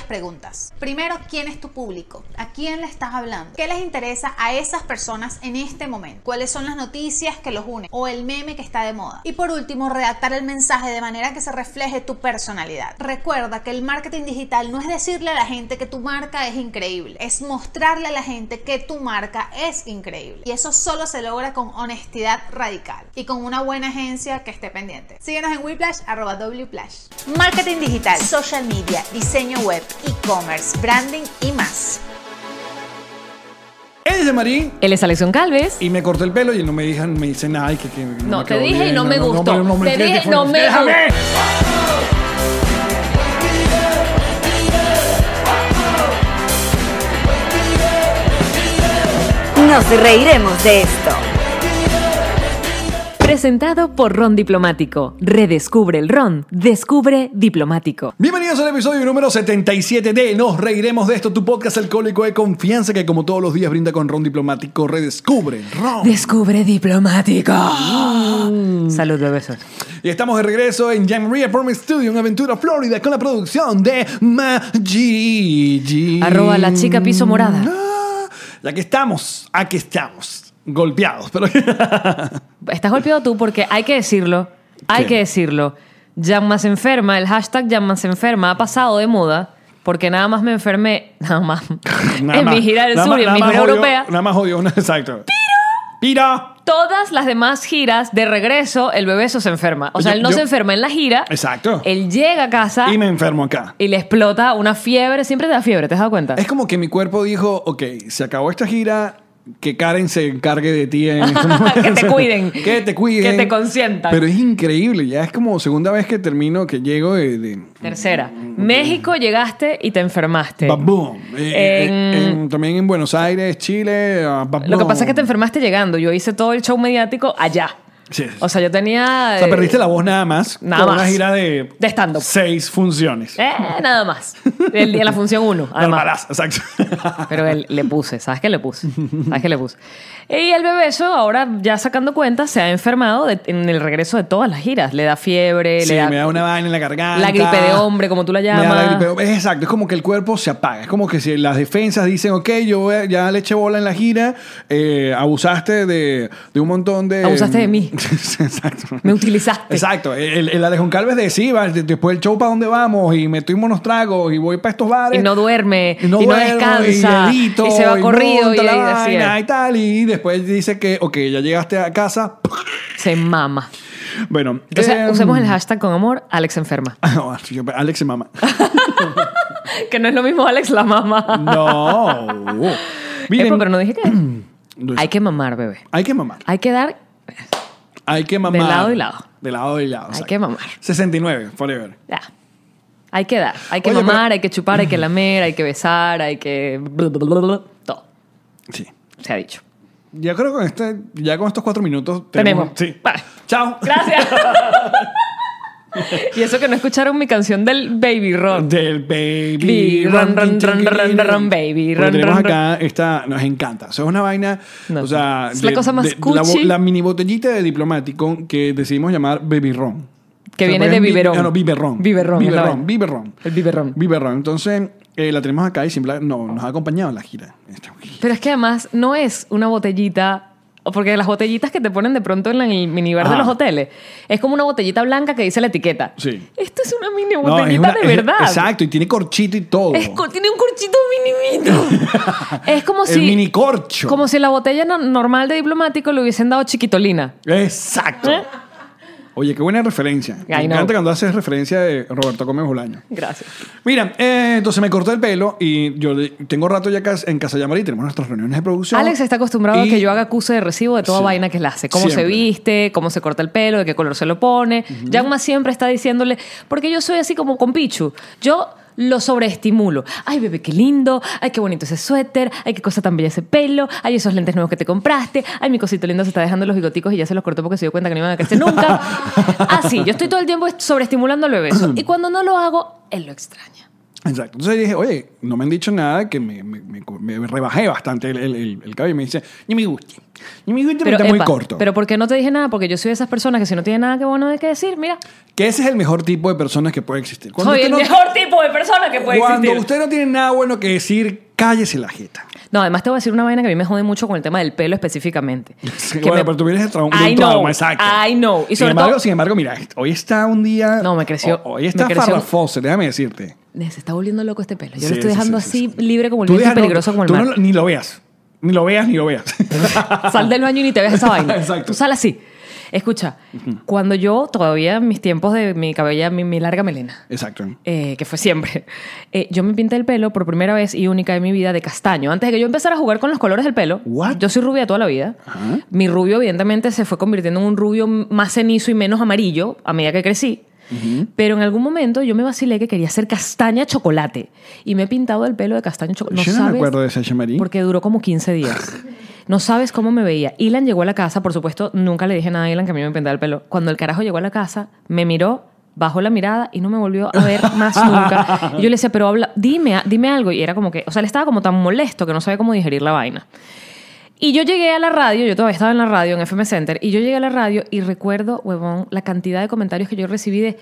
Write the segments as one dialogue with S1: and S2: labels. S1: preguntas. Primero, ¿quién es tu público? ¿A quién le estás hablando? ¿Qué les interesa a esas personas en este momento? ¿Cuáles son las noticias que los unen? ¿O el meme que está de moda? Y por último, redactar el mensaje de manera que se refleje tu personalidad. Recuerda que el marketing digital no es decirle a la gente que tu marca es increíble, es mostrarle a la gente que tu marca es increíble. Y eso solo se logra con honestidad radical y con una buena agencia que esté pendiente. Síguenos en Weplash, arroba Wplash. Marketing digital, social media, diseño web, e-commerce, branding y más.
S2: Él es de Marín
S3: Él es Alexión Calves.
S2: y me corté el pelo y no me dijeron, me dicen nada y que, que
S3: No,
S2: me
S3: te
S2: quedó
S3: dije y no me gustó. Te
S2: entiendes,
S3: dije,
S2: fue-
S3: no me
S2: ¡Déjame!
S4: Nos reiremos de esto.
S3: Presentado por Ron Diplomático. Redescubre el Ron. Descubre Diplomático.
S2: Bienvenidos al episodio número 77 de Nos Reiremos de Esto, tu podcast alcohólico de confianza que como todos los días brinda con Ron Diplomático, redescubre el Ron.
S3: Descubre Diplomático. Salud, besos.
S2: Y estamos de regreso en Jam Performance Studio en Aventura, Florida, con la producción de Magigi.
S3: Arroba la chica piso morada.
S2: Ah, Y aquí estamos, aquí estamos, golpeados, pero...
S3: Estás golpeado tú porque hay que decirlo. Hay
S2: ¿Qué?
S3: que decirlo. Jan más enferma, el hashtag Jan más enferma ha pasado de moda porque nada más me enfermé, nada más,
S2: Nada
S3: en
S2: más.
S3: mi gira del
S2: Nada
S3: sur
S2: más-
S3: y en
S2: nada
S3: mi
S2: más
S3: gira
S2: jodió-
S3: europea.
S2: Nada más jodió una, exacto. ¡Pira!
S3: Todas las demás giras, de regreso, el bebeso se enferma. O sea,
S2: Yo-
S3: él no
S2: yo-
S3: se enferma en la gira.
S2: Exacto.
S3: Él llega a casa
S2: Y me enfermo acá.
S3: Ah. y le explota una fiebre. Siempre te da fiebre, ¿te has dado cuenta?
S2: Es como que mi cuerpo dijo, ok, se acabó esta gira, que Karen se encargue de ti. en este momento".
S3: Que te cuiden.
S2: que te cuiden.
S3: Que te consientan.
S2: Pero es increíble, ya es como segunda vez que termino, que llego de... de-
S3: Tercera.
S2: Mm,
S3: México llegaste y te enfermaste.
S2: Bam, boom. Eh, eh,
S3: En-
S2: en- también en Buenos Aires, Chile. ah, bam,
S3: Lo que
S2: boom.
S3: pasa es que te enfermaste llegando. Yo hice todo el show mediático allá.
S2: Sí, sí, sí.
S3: O sea, yo tenía...
S2: O sea,
S3: eh,
S2: perdiste la voz nada más.
S3: nada
S2: con
S3: más.
S2: una gira de...
S3: De stand-up.
S2: Seis funciones.
S3: Eh, nada más. El día de la función uno, además.
S2: Normalazo, exacto.
S3: Pero él, le puse, ¿sabes qué le puse? ¿Sabes qué le puse? Y el bebeso, ahora ya sacando cuenta, se ha enfermado de- en el regreso de todas las giras. Le da fiebre,
S2: Sí,
S3: le da...
S2: me da una vaina en la garganta.
S3: La gripe de hombre, como tú la
S2: Me da la
S3: llamas.
S2: gripe de hombre. Es exacto, es como que el cuerpo se apaga. Es como que si las defensas dicen, ok, yo voy- ya le eché bola en la gira, eh, abusaste de, de un montón de...
S3: Abusaste de mí.
S2: exacto.
S3: Me utilizaste.
S2: Exacto. El, el Alejón Calves de sí, va, de- después el show para dónde vamos y me tomo unos tragos y voy para estos bares.
S3: Y no duerme, y no descansa,
S2: Y, hielito,
S3: y se va corrido,
S2: monta
S3: y-
S2: la
S3: y así
S2: vaina
S3: es.
S2: y tal. Y después dice que, ok, ya llegaste a casa.
S3: Se mama.
S2: Bueno.
S3: Entonces,
S2: eh,
S3: usemos el hashtag con amor, Alex enferma.
S2: no, yo- Alex y mamá.
S3: que no es lo mismo Alex la mamá.
S2: No. Miren,
S3: Epo, pero no dije que...
S2: no es-
S3: Hay que mamar, bebé.
S2: hay que mamar.
S3: Hay que dar...
S2: Hay que mamar.
S3: De lado y lado.
S2: De lado y lado. exacto.
S3: que mamar.
S2: 69, forever.
S3: Ya. Hay que dar. Hay que
S2: Oye,
S3: mamar,
S2: pero-
S3: hay que chupar, hay que lamer, hay que besar, hay que... Todo.
S2: Sí.
S3: Se ha dicho.
S2: Yo creo que con este, ya con estos cuatro minutos
S3: Tenemos.
S2: Sí.
S3: Vale.
S2: Chao.
S3: Gracias. y eso que no escucharon mi canción del Baby Ron.
S2: Del baby.
S3: Bi- ron, ron, ron, ron, ron, ron, baby,
S2: Porque
S3: ron,
S2: tenemos
S3: ron,
S2: acá esta, nos encanta. O sea, es una vaina,
S3: No.
S2: o sea,
S3: Es la cosa más
S2: bo-
S3: cuchi.
S2: La, mini botellita de diplomático que decidimos llamar baby ron.
S3: Que
S2: O sea,
S3: viene
S2: porque
S3: de
S2: es bi-
S3: biberón.
S2: Ah, no, biberón.
S3: Biberón, es la
S2: Biberón,
S3: vaina.
S2: biberón.
S3: El biberón.
S2: Biberón. Entonces, eh, la tenemos acá y siempre no, nos ha acompañado en la gira.
S3: Pero es que además no es una botellita... o Porque las botellitas que te ponen de pronto en el minibar
S2: Ajá.
S3: de los hoteles es como una botellita blanca que dice la etiqueta.
S2: Ah. Sí.
S3: Esto es una mini
S2: No, es
S3: botellita
S2: una-
S3: de
S2: es-
S3: verdad.
S2: exacto, y tiene corchito y todo.
S3: Es co- tiene un corchito minimito. es como si.
S2: El mini corcho.
S3: Como si la botella no- normal de diplomático le hubiesen dado chiquitolina.
S2: Exacto. Oye, qué buena referencia. Me
S3: I know.
S2: encanta cuando haces referencia de Roberto Gómez Bolaño.
S3: Gracias.
S2: Mira, eh, entonces me corté el pelo y yo le- tengo rato ya cas- en Casa Yamari, tenemos nuestras reuniones de producción.
S3: Alex está acostumbrado a
S2: Y-
S3: que yo haga acuse de recibo de toda
S2: Sí.
S3: vaina que él hace. Cómo se
S2: Siempre.
S3: viste, cómo se corta el pelo, de qué color se lo pone. Yagma siempre está diciéndole, porque yo soy así como con Pichu. Yo lo sobreestimulo. Ay, bebé, qué lindo. Ay, qué bonito ese suéter. Ay, qué cosa tan bella ese pelo. Ay, esos lentes nuevos que te compraste. Ay, mi cosito lindo se está dejando los bigoticos y ya se los cortó porque se dio cuenta que no iban a crecer nunca. Así, yo estoy todo el tiempo sobreestimulando al bebé. Y cuando no lo hago, él lo extraña.
S2: Exacto. Entonces dije, oye, no me han dicho nada, que me, me- me- me rebajé bastante el, el- el- el cabello. Y me dice, ni me gusta. Ni me gusta, pero, está muy
S3: epa,
S2: corto.
S3: Pero ¿por qué no te dije nada? Porque yo soy de esas personas que si no tiene nada que bueno de qué decir, mira,
S2: Que ese es el mejor tipo de personas que puede existir. Cuando
S3: Soy
S2: usted
S3: el
S2: no-
S3: mejor tipo de persona que puede
S2: Cuando
S3: existir.
S2: usted no tiene nada bueno que decir, cállese la jeta.
S3: No, además te voy a decir una vaina que a mí me jode mucho con el tema del pelo específicamente.
S2: Sí,
S3: Que
S2: bueno,
S3: me-
S2: pero tú vienes de, trau- de
S3: I
S2: un
S3: know,
S2: trauma, exacto.
S3: I know. Y
S2: sin,
S3: sobre
S2: embargo,
S3: todo-
S2: sin embargo, mira, hoy está un día...
S3: No, me creció-
S2: o- Hoy está
S3: me creció-
S2: farrafoso, déjame decirte.
S3: Se está volviendo loco este pelo. Yo
S2: Sí,
S3: lo estoy
S2: sí,
S3: dejando
S2: sí, sí,
S3: así
S2: sí.
S3: libre como el
S2: Tú
S3: viento y
S2: déjalo-
S3: peligroso como el
S2: tú
S3: mar.
S2: no lo- ni lo veas. Ni lo veas, ni lo veas.
S3: Sal del baño y ni te veas esa vaina.
S2: Exacto.
S3: Tú sal así. Escucha, cuando yo todavía en mis tiempos de mi cabella, mi, mi larga melena,
S2: Exacto.
S3: eh, que fue siempre, eh, yo me pinté el pelo por primera vez y única de mi vida de castaño. Antes de que yo empezara a jugar con los colores del pelo,
S2: What?
S3: yo soy rubia toda la vida.
S2: Ajá.
S3: Mi rubio, evidentemente, se fue convirtiendo en un rubio más cenizo y menos amarillo a medida que crecí. Pero en algún momento yo me vacilé que quería ser castaña chocolate y me he pintado el pelo de castaño chocolate.
S2: Yo
S3: no
S2: no me
S3: sabes
S2: acuerdo de Sasha Marie.
S3: porque duró como 15 días. No sabes cómo me veía. Ilan llegó a la casa, por supuesto, nunca le dije nada a Ilan que a mí me pintaba el pelo. Cuando el carajo llegó a la casa, me miró, bajó la mirada y no me volvió a ver más nunca. Y yo le decía, pero habla, dime, dime algo. Y era como que, o sea, le estaba como tan molesto que no sabía cómo digerir la vaina. Y yo llegué a la radio, yo todavía estaba en la radio, en FM Center, y yo llegué a la radio y recuerdo, huevón, la cantidad de comentarios que yo recibí de,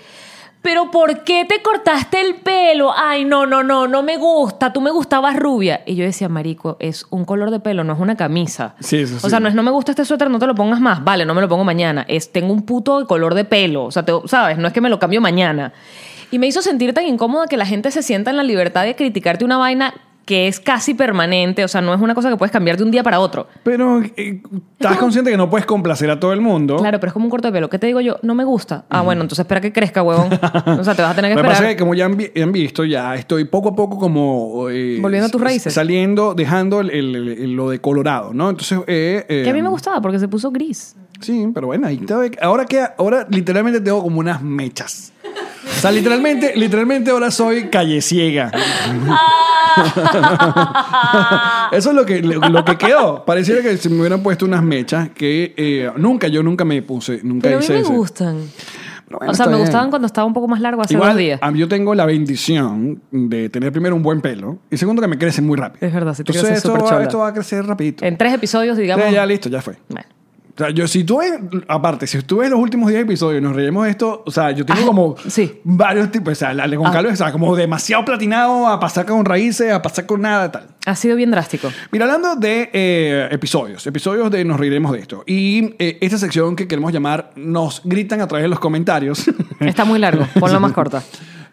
S3: pero ¿por qué te cortaste el pelo? Ay, no, no, no, no me gusta, tú me gustabas rubia. Y yo decía, Marico, es un color de pelo, no es una camisa.
S2: Sí, eso
S3: O sea,
S2: sí.
S3: no es no me gusta este suéter, no te lo pongas más. Vale, no me lo pongo mañana. Es, tengo un puto color de pelo. O sea, te- ¿sabes? No es que me lo cambio mañana. Y me hizo sentir tan incómoda que la gente se sienta en la libertad de criticarte una vaina que es casi permanente. O sea, no es una cosa que puedes cambiar de un día para otro.
S2: Pero eh, estás consciente que no puedes complacer a todo el mundo.
S3: Claro, pero es como un corte de pelo. ¿Qué te digo yo? No me gusta. Ah, bueno, entonces espera que crezca, huevón. O sea, te vas a tener que
S2: Lo que
S3: esperar.
S2: pasa es que como ya han, vi- han visto, ya estoy poco a poco como... eh,
S3: Volviendo a tus raíces.
S2: Saliendo, dejando el- el- el- lo de colorado, ¿no? Entonces... eh, eh,
S3: Que a mí me gustaba porque se puso gris.
S2: Sí, pero bueno, ahí está. Ahora, queda, ahora literalmente tengo como unas mechas. O sea, literalmente, literalmente ahora soy calle ciega. Eso es lo que, lo, lo que quedó. Pareciera que se me hubieran puesto unas mechas que eh, nunca, yo nunca me puse, nunca
S3: Pero a mí
S2: hice
S3: me
S2: ese.
S3: gustan.
S2: Pero bueno,
S3: o sea,
S2: está
S3: me
S2: bien.
S3: gustaban cuando estaba un poco más largo hace
S2: Igual,
S3: dos días.
S2: a mí yo tengo la bendición de tener primero un buen pelo y segundo que me crece muy rápido.
S3: Es verdad, sí te
S2: Entonces,
S3: crece
S2: esto,
S3: súper
S2: va,
S3: chola.
S2: esto va a crecer rapidito.
S3: En tres episodios, digamos.
S2: Entonces, ya listo, ya fue.
S3: Bueno.
S2: O sea, yo si tú ves, aparte, si tú ves los últimos 10 episodios y nos reímos de esto, o sea, yo tengo
S3: Ah,
S2: como
S3: sí. Ah.
S2: varios tipos, o sea, la de Juan Carlos, o sea, como demasiado platinado a pasar con raíces, a pasar con nada, tal.
S3: Ha sido bien drástico.
S2: Mira, hablando de eh, episodios, episodios de Nos Reiremos de Esto, y eh, esta sección que queremos llamar Nos Gritan a través de los comentarios.
S3: Está muy largo, ponlo más corta.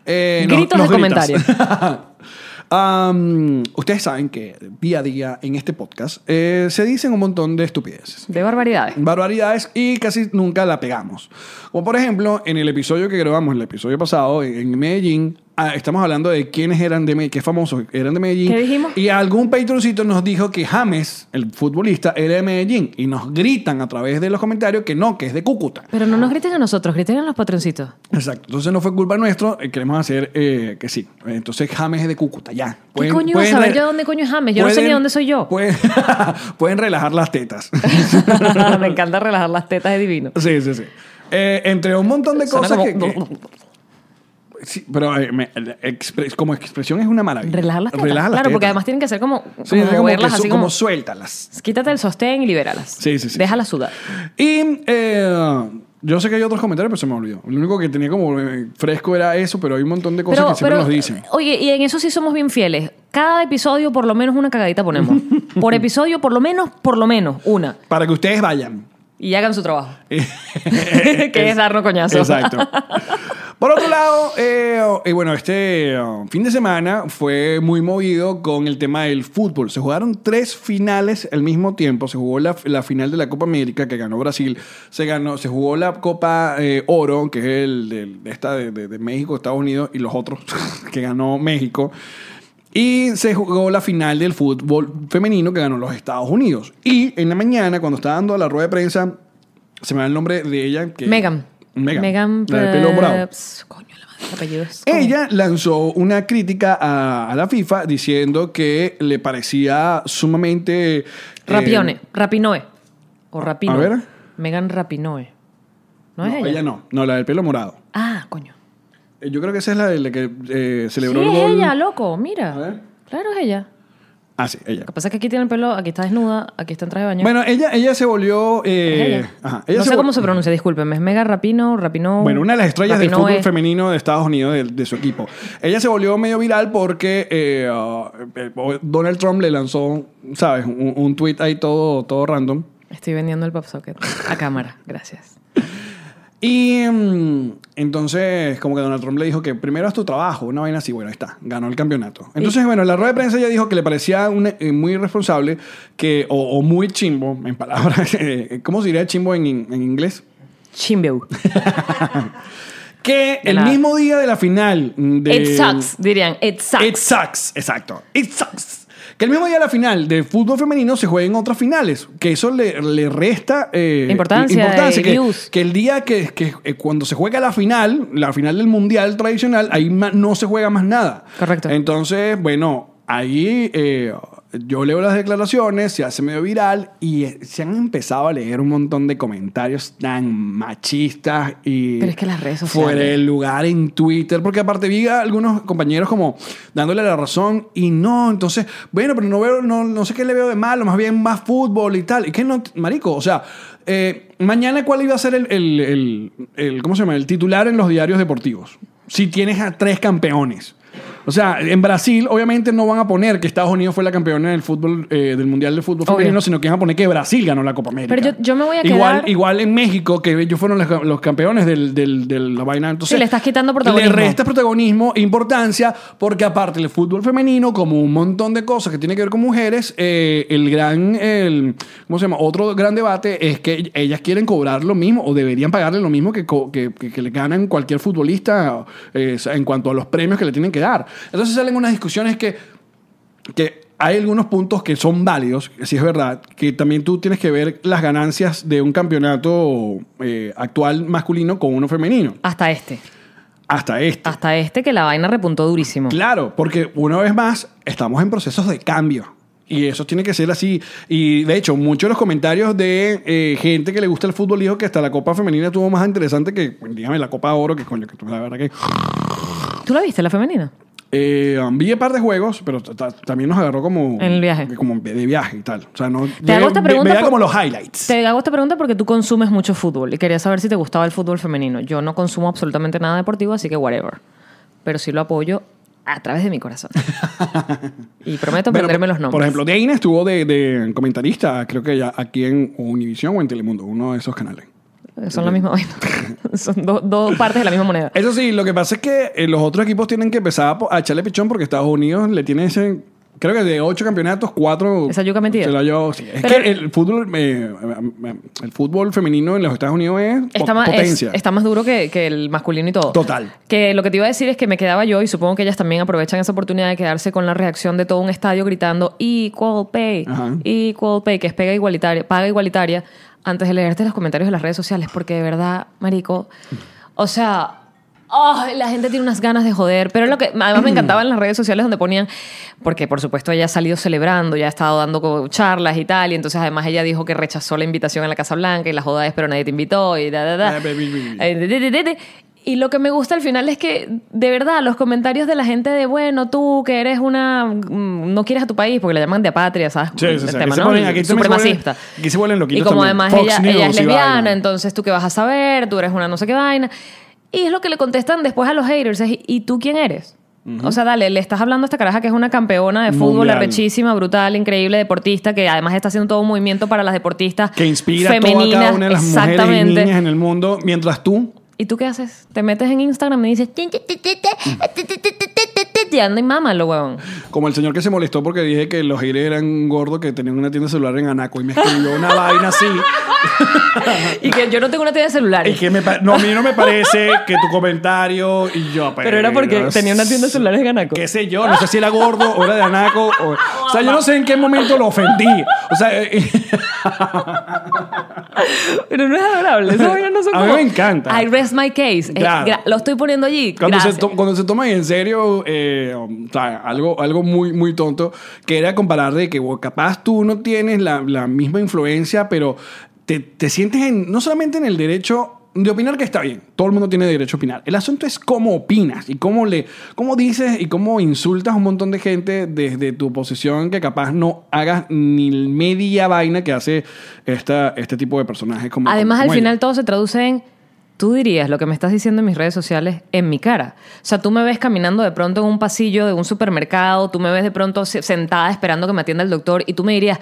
S2: Eh,
S3: Gritos de
S2: gritas. Am, ustedes saben que día a día en este podcast eh, se dicen un montón de estupideces.
S3: De barbaridades.
S2: barbaridades y casi nunca la pegamos. O por ejemplo, en el episodio que grabamos, el episodio pasado, en Medellín, ah, estamos hablando de quiénes eran de Medellín, qué famosos eran de Medellín.
S3: ¿Qué dijimos?
S2: Y algún patroncito nos dijo que James, el futbolista, era de Medellín. Y nos gritan a través de los comentarios que no, que es de Cúcuta.
S3: Pero no nos griten a nosotros, griten a los patroncitos.
S2: Exacto. Entonces no fue culpa nuestra, eh, queremos hacer eh, que sí. Entonces James es de Cúcuta, ya.
S3: ¿Qué coño iba a saber yo dónde coño es James? Yo no sé ni dónde soy yo.
S2: Pueden, pueden relajar las tetas.
S3: Me encanta relajar las tetas, es divino.
S2: Sí, sí, sí. Eh, entre un montón de
S3: Suena
S2: cosas
S3: como-
S2: que, que- sí, pero eh, me- la expre- como expresión es una maravilla.
S3: Relajar las tetas.
S2: Relajar las
S3: claro, porque
S2: tetas.
S3: además tienen que hacer como, como
S2: Sí, es como,
S3: moverlas
S2: que su-
S3: así
S2: como
S3: como...
S2: suéltalas.
S3: Quítate el sostén y libéralas.
S2: Sí, sí, sí.
S3: Déjalas sudar.
S2: Y eh, yo sé que hay otros comentarios, pero se me olvidó. Lo único que tenía como eh, fresco era eso, pero hay un montón de cosas que siempre nos dicen.
S3: Oye, y en eso sí somos bien fieles. Cada episodio por lo menos una cagadita ponemos. por episodio por lo menos, por lo menos una.
S2: Para que ustedes vayan.
S3: Y hagan su trabajo.
S2: que
S3: es darnos coñazo.
S2: Exacto. Por otro lado, eh, eh, bueno, este eh, fin de semana fue muy movido con el tema del fútbol. Se jugaron tres finales al mismo tiempo. Se jugó la, la final de la Copa América que ganó Brasil. Se, ganó, se jugó la Copa eh, Oro, que es el del- de, esta de- de- de México, Estados Unidos y los otros que ganó México. Y se jugó la final del fútbol femenino que ganó los Estados Unidos. Y en la mañana, cuando estaba dando la rueda de prensa, se me da el nombre de ella. Que,
S3: Megan.
S2: Megan.
S3: Megan.
S2: La de pelo morado.
S3: Phelps. Coño, la madre, el apellido es-
S2: Ella lanzó una crítica a, a la FIFA diciendo que le parecía sumamente... eh,
S3: Rapione. Rapinoe. O Rapino.
S2: A ver.
S3: Megan Rapinoe.
S2: no,
S3: ¿No, es ella?
S2: ella? no, no, la del pelo morado.
S3: Ah, coño.
S2: Eh, Yo creo que esa es la de la que eh, celebró
S3: sí,
S2: el
S3: es
S2: gol.
S3: ella, loco. Mira.
S2: A ver.
S3: Claro, es ella.
S2: Ah, sí, ella.
S3: Lo que pasa es que aquí tiene el pelo, aquí está desnuda, aquí está en traje de baño.
S2: Bueno, ella, ella se volvió...
S3: Es
S2: eh,
S3: ella.
S2: ajá, ella
S3: no sé
S2: vol-
S3: cómo se pronuncia, discúlpenme. Es Mega Rapino, Rapino.
S2: Bueno, una de las estrellas del
S3: Rapinoe.
S2: fútbol femenino de Estados Unidos, de, de su equipo. Ella se volvió medio viral porque eh, ah, eh, Donald Trump le lanzó, ¿sabes? Un, un tweet ahí todo, todo random.
S3: Estoy vendiendo el pop socket a cámara, gracias.
S2: Y mm, entonces, como que Donald Trump le dijo que primero haz tu trabajo, una vaina así, bueno, ahí está, ganó el campeonato. Entonces, bueno, en la rueda de prensa ella dijo que le parecía una- eh, muy irresponsable que, o, o muy chimbo, en palabras, eh, ¿cómo se diría chimbo en, in- en inglés?
S3: Chimbeu.
S2: Que
S3: De
S2: el
S3: nada.
S2: mismo día de la final de...
S3: It sucks, dirían. It sucks.
S2: It sucks, exacto. It sucks. Que el mismo día de la final de fútbol femenino se jueguen otras finales. Que eso le, le resta eh,
S3: Importancia, eh,
S2: que,
S3: views.
S2: que el día que, que, eh, cuando se juega la final, la final del mundial tradicional, ahí ma- no se juega más nada.
S3: Correcto.
S2: Entonces, bueno, ahí eh, yo leo las declaraciones, se hace medio viral y eh, se han empezado a leer un montón de comentarios tan machistas y
S3: Pero es que las redes sociales.
S2: fuera de lugar en Twitter, porque aparte vi a algunos compañeros como dándole la razón y no, entonces, bueno, pero no veo, no, no sé qué le veo de malo, más bien más fútbol y tal. Y que no, marico, o sea, eh, mañana cuál iba a ser el, el- el- el- ¿cómo se llama? El titular en los diarios deportivos. Si tienes a tres campeones. O sea, en Brasil obviamente no van a poner que Estados Unidos fue la campeona del fútbol eh, del mundial de fútbol
S3: Obvio.
S2: femenino, sino que van a poner que Brasil ganó la Copa América.
S3: Pero yo- yo me voy a
S2: igual,
S3: quedar-
S2: Igual en México que ellos fueron los, los campeones del, del- de la vaina. Entonces,
S3: Sí, le estás quitando
S2: le
S3: protagonismo.
S2: restas protagonismo e importancia porque aparte del fútbol femenino, como un montón de cosas que tiene que ver con mujeres, eh, el gran, el, ¿cómo se llama? Otro gran debate es que ellas quieren cobrar lo mismo o deberían pagarle lo mismo que, co- que, que- que le ganan cualquier futbolista eh, en cuanto a los premios que le tienen que dar. Entonces salen unas discusiones que que hay algunos puntos que son válidos, que sí es verdad, que también tú tienes que ver las ganancias de un campeonato eh, actual masculino con uno femenino.
S3: Hasta este.
S2: Hasta este.
S3: Hasta este que la vaina repuntó durísimo.
S2: Claro, porque una vez más estamos en procesos de cambio. Y eso tiene que ser así. Y de hecho, muchos de los comentarios de eh, gente que le gusta el fútbol dijo que hasta la Copa Femenina estuvo más interesante que, pues, dígame, la Copa Oro, que coño, que tú, la verdad que...
S3: ¿Tú la viste, la femenina?
S2: Eh, vi un par de juegos, pero ta- ta- también nos agarró como...
S3: En el viaje.
S2: Como de viaje y tal. O sea, no...
S3: Te hago esta pregunta
S2: veía
S3: por-
S2: como los highlights.
S3: Te hago esta pregunta porque tú consumes mucho fútbol y quería saber si te gustaba el fútbol femenino. Yo no consumo absolutamente nada deportivo, así que whatever. Pero sí lo apoyo a través de mi corazón. y prometo
S2: Pero,
S3: aprenderme los nombres.
S2: Por ejemplo, Deina estuvo de, de comentarista, creo que ya aquí en Univision o en Telemundo, uno de esos canales.
S3: Son la misma vaina. Son do- dos partes de la misma moneda.
S2: Eso sí, lo que pasa es que eh, los otros equipos tienen que empezar a, po- a echarle pichón porque Estados Unidos le tiene ese. Creo que de ocho campeonatos, cuatro.
S3: Esa yuca metida.
S2: Se la llevó. sí. Es
S3: Pero-
S2: que el fútbol, eh, el fútbol femenino en los Estados Unidos es po-
S3: Está más, es-
S2: potencia.
S3: está más duro que, que el masculino y todo.
S2: Total.
S3: Que lo que te iba a decir es que me quedaba yo, y supongo que ellas también aprovechan esa oportunidad de quedarse con la reacción de todo un estadio gritando equal pay,
S2: Ajá.
S3: equal pay, que es pega igualitaria, paga igualitaria, antes de leerte los comentarios de las redes sociales, porque de verdad, marico, o sea... ay, la gente tiene unas ganas de joder, pero lo que además me encantaba en las redes sociales donde ponían, porque por supuesto ella ha salido celebrando, ya ha estado dando co- charlas y tal, y entonces además ella dijo que rechazó la invitación a la Casa Blanca y la joda es pero nadie te invitó y da, da, da.
S2: Ah, be- be- be- be.
S3: Eh, de, de, de, de, de. Y lo que me gusta al final es que, de verdad, los comentarios de la gente de, bueno, tú que eres una. mm, No quieres a tu país, porque la llaman de patria, ¿sabes?
S2: Sí, sí, sí.
S3: El
S2: Aquí se ponen- aquí también se
S3: Supremacista.
S2: vuelven- aquí se vuelven loquitos
S3: Y como
S2: también.
S3: además
S2: Fox
S3: ella,
S2: News
S3: ella es
S2: y vaina.
S3: lesbiana, entonces tú qué vas a saber, tú eres una no sé qué vaina. Y es lo que le contestan después a los haters: es, ¿y tú quién eres? O sea, dale, le estás hablando a esta caraja que es una campeona de fútbol,
S2: Mundial.
S3: arrechísima, brutal, increíble, deportista, que además está haciendo todo un movimiento para las deportistas
S2: que inspira a toda
S3: femeninas.
S2: cada una de las mujeres y
S3: Exactamente.
S2: niñas en el mundo, mientras tú
S3: ¿Y tú qué haces? Te metes en Instagram y dices... "Chin, chin, chin, chin,
S2: Mm.
S3: chin, eh, chin, chin, chin, chin, chin, chin", Y anda y mámalo, huevón.
S2: Como el señor que se molestó porque dije que los gires eran gordos que tenían una tienda celular en Anaco y me escribió una vaina así.
S3: Y que yo no tengo una tienda de
S2: Y
S3: celulares.
S2: que me pa- no, a mí no me parece que tu comentario y yo,
S3: Pero era porque tenía una tienda de celulares en Anaco.
S2: Qué sé yo, no sé si era gordo o era de Anaco. O, o sea, yo no sé en qué momento lo ofendí. O sea, eh,
S3: Pero no es adorable. Esas vainas no son
S2: A mí
S3: como,
S2: me encanta.
S3: I rest my case. Eh,
S2: Claro.
S3: gra- lo estoy poniendo allí.
S2: Cuando se,
S3: Gracias.
S2: to- cuando se toman en serio, eh, o sea, algo, algo muy, muy tonto, que era comparar de que bueno, capaz tú no tienes la, la misma influencia, pero te, te sientes en- no solamente en el derecho de opinar que está bien, todo el mundo tiene derecho a opinar. El asunto es cómo opinas y cómo le cómo dices y cómo insultas a un montón de gente desde tu posición que capaz no hagas ni media vaina que hace esta, este tipo de personajes como
S3: Además,
S2: como
S3: al
S2: él.
S3: final todo se traduce en. Tú dirías lo que me estás diciendo en mis redes sociales en mi cara. O sea, tú me ves caminando de pronto en un pasillo de un supermercado, tú me ves de pronto se- sentada esperando que me atienda el doctor y tú me dirías,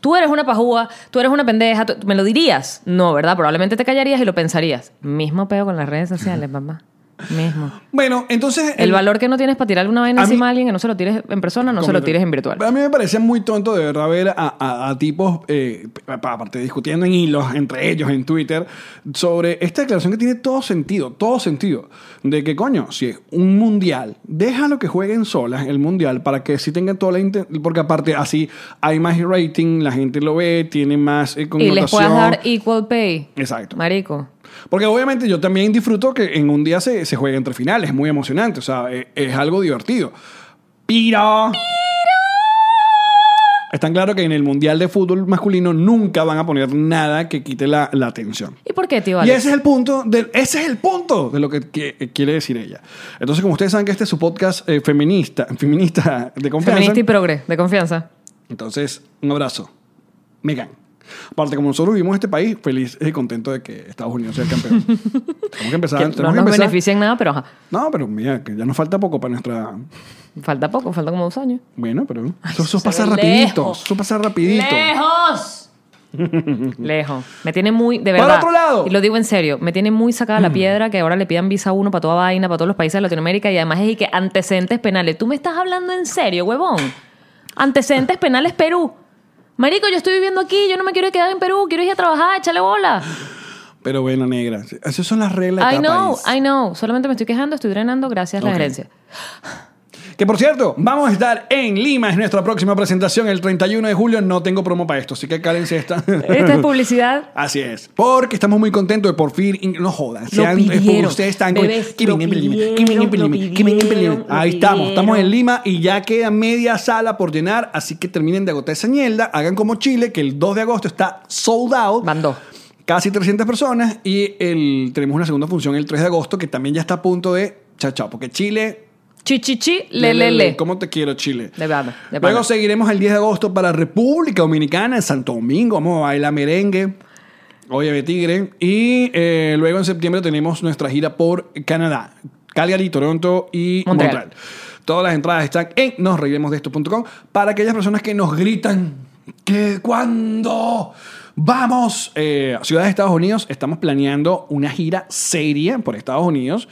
S3: tú eres una pajúa, tú eres una pendeja, tú- me lo dirías. No, ¿verdad? Probablemente te callarías y lo pensarías. Mismo peo con las redes sociales, mamá. Mismo.
S2: Bueno, entonces
S3: El valor que no tienes para tirar alguna vaina
S2: A mí-
S3: encima a alguien que no se lo tires en persona, no se lo
S2: Completamente.
S3: tires en virtual.
S2: A mí me parece muy tonto de verdad ver a, a- a tipos, eh, p- aparte, discutiendo en hilos entre ellos en Twitter, sobre esta declaración que tiene todo sentido, todo sentido. De que, coño, si es un mundial, déjalo que jueguen solas el mundial para que sí tengan toda la. inten- Porque aparte, así hay más rating, la gente lo ve, tiene más eh,
S3: Y les puedas
S2: connotación.
S3: dar equal pay.
S2: Exacto.
S3: Marico.
S2: Porque obviamente yo también disfruto que en un día se, se juegue entre finales, es muy emocionante, o sea, e- es, algo divertido. ¡Piro! Es tan claro que en el Mundial de Fútbol masculino nunca van a poner nada que quite la, la atención.
S3: ¿Y por qué, tío?
S2: Y
S3: Alex?
S2: ese es el punto, de, ese es el punto de lo que, que- eh, quiere decir ella. Entonces, como ustedes saben que este es su podcast eh, feminista, feminista de confianza.
S3: Feminista y progre, de confianza.
S2: Entonces, un abrazo. Megan. Aparte, como nosotros vivimos en este país, feliz y contento de que Estados Unidos sea el campeón. tenemos que empezar.
S3: Que
S2: tenemos que
S3: no nos
S2: empezar.
S3: beneficia en nada, pero ajá.
S2: No, pero mira, que ya nos falta poco para nuestra.
S3: Falta poco, falta como dos años.
S2: Bueno, pero. eso, eso
S3: eso se
S2: pasa
S3: ve
S2: rapidito.
S3: lejos.
S2: Eso pasa rapidito.
S3: ¡Lejos! Lejos. Me tiene muy, de
S2: Para
S3: verdad.
S2: otro lado. Mm.
S3: Y lo digo en serio, me tiene muy sacada la piedra que ahora le pidan visa uno para toda vaina, para todos los países de Latinoamérica y además es y que antecedentes penales. ¿Tú me estás hablando en serio, huevón? Antecedentes penales Perú. Marico, yo estoy viviendo aquí, yo no me quiero quedar en Perú, quiero ir a trabajar, échale bola.
S2: Pero bueno, negra. Esas son las reglas de
S3: I
S2: cada
S3: know,
S2: país.
S3: I know. Solamente me estoy quejando, estoy drenando, gracias a
S2: Ok.
S3: la herencia.
S2: Que por cierto, vamos a estar en Lima. Es nuestra próxima presentación el 31 de julio. No tengo promo para esto, así que cálense esta.
S3: Esta es publicidad.
S2: Así es. Porque estamos muy contentos de por fin. in- No jodan.
S3: Lo
S2: Sean, eh,
S3: pidieron,
S2: ustedes están
S3: bebés,
S2: que
S3: lo
S2: vengan para Lima, que vengan
S3: pidieron,
S2: para
S3: lo
S2: Lima, que vengan para Lima.
S3: pidieron, lo
S2: Ahí estamos. Estamos en
S3: pidieron.
S2: Lima y ya queda media sala por llenar. Así que terminen de agotar esa mierda. Hagan como Chile, que el 2 de agosto está sold out.
S3: Van dos.
S2: Casi 300 personas. Y el, tenemos una segunda función el 3 de agosto, que también ya está a punto de. Chao, chao. Porque Chile.
S3: Chi, chi, chi, le, le, le.
S2: ¿Cómo te quiero, Chile?
S3: De pana, de pana.
S2: Luego seguiremos el 10 de agosto para República Dominicana, en Santo Domingo. Vamos a bailar merengue. Oye, ve tigre. Y eh, luego en septiembre tenemos nuestra gira por Canadá. Calgary, Toronto y Montreal.
S3: Montreal.
S2: Todas las entradas están en nosreiremosdeesto.com para aquellas personas que nos gritan que cuando vamos eh, a Ciudad de Estados Unidos estamos planeando una gira seria por Estados Unidos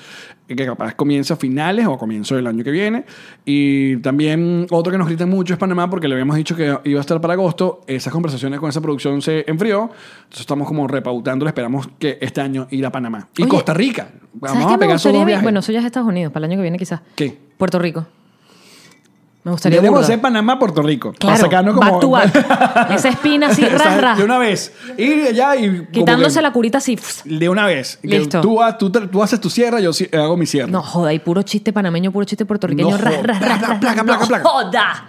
S2: eh, que capaz comienza a finales o a comienzo del año que viene. Y también otro que nos gritan mucho es Panamá porque le habíamos dicho que iba a estar para agosto. Esas conversaciones con esa producción se enfrió. Entonces estamos como repautando. Esperamos que este año ir a Panamá. Y
S3: Oye,
S2: Costa Rica.
S3: ¿Sabes
S2: Vamos
S3: qué
S2: a
S3: me
S2: pegar esos
S3: gustaría
S2: dos
S3: ver?
S2: viajes.
S3: Bueno, eso ya es Estados Unidos, para el año que viene quizás.
S2: ¿Qué?
S3: Puerto Rico. Me gustaría
S2: Debemos
S3: burda.
S2: hacer Panamá, Puerto Rico. para
S3: Claro,
S2: sacarnos como...
S3: back to back. Esa espina así,
S2: ¿Sabes?
S3: ras, ras.
S2: De una vez. Ir allá y... como
S3: Quitándose
S2: que-
S3: la curita así. pf.
S2: De una vez. Que
S3: Listo.
S2: Tú, ha- tú, te- tú haces tu sierra, yo si- hago mi sierra.
S3: No joda, y puro chiste panameño, puro chiste puertorriqueño.
S2: No
S3: ras,
S2: joda.
S3: ras, ras,
S2: Placa,
S3: ras,
S2: placa, placa,
S3: ras. No
S2: placa.
S3: joda.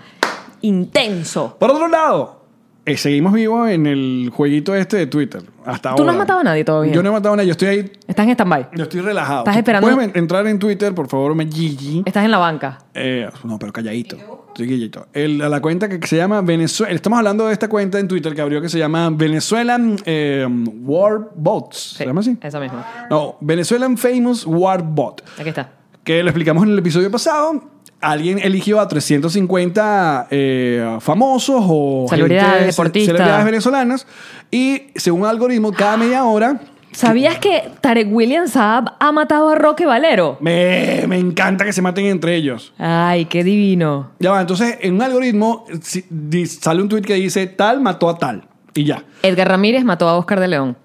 S3: Intenso.
S2: Por otro lado, eh, seguimos vivos en el jueguito este de Twitter. Hasta ahora.
S3: Tú no has matado a nadie todavía.
S2: Yo no he matado a nadie. Yo estoy ahí...
S3: Estás en stand-by.
S2: Yo estoy relajado.
S3: Estás
S2: Tú
S3: esperando-
S2: Puedes en- entrar en Twitter, por favor, me Gigi.
S3: Estás en la banca.
S2: Eh, no, pero calladito. Sí, Guillito. El- a la cuenta que, que se llama Venezuela. Estamos hablando de esta cuenta en Twitter que abrió que se llama Venezuelan eh, War Bots. ¿Se
S3: Sí,
S2: llama así?
S3: Esa misma.
S2: No, Venezuelan Famous War Bot.
S3: Aquí está.
S2: Que lo explicamos en el episodio pasado. Alguien eligió a 350 eh, famosos o
S3: Celebridades,
S2: gente-
S3: deportistas. Ah.
S2: celebridades venezolanas y según algoritmo cada media hora
S3: ¿Sabías que Tarek William Saab ha matado a Roque Valero?
S2: Me, me encanta que se maten entre ellos.
S3: Ay, qué divino.
S2: Ya va, entonces en un algoritmo si- di- sale un tweet que dice tal mató a tal. Y ya.
S3: Edgar Ramírez mató a Oscar de León.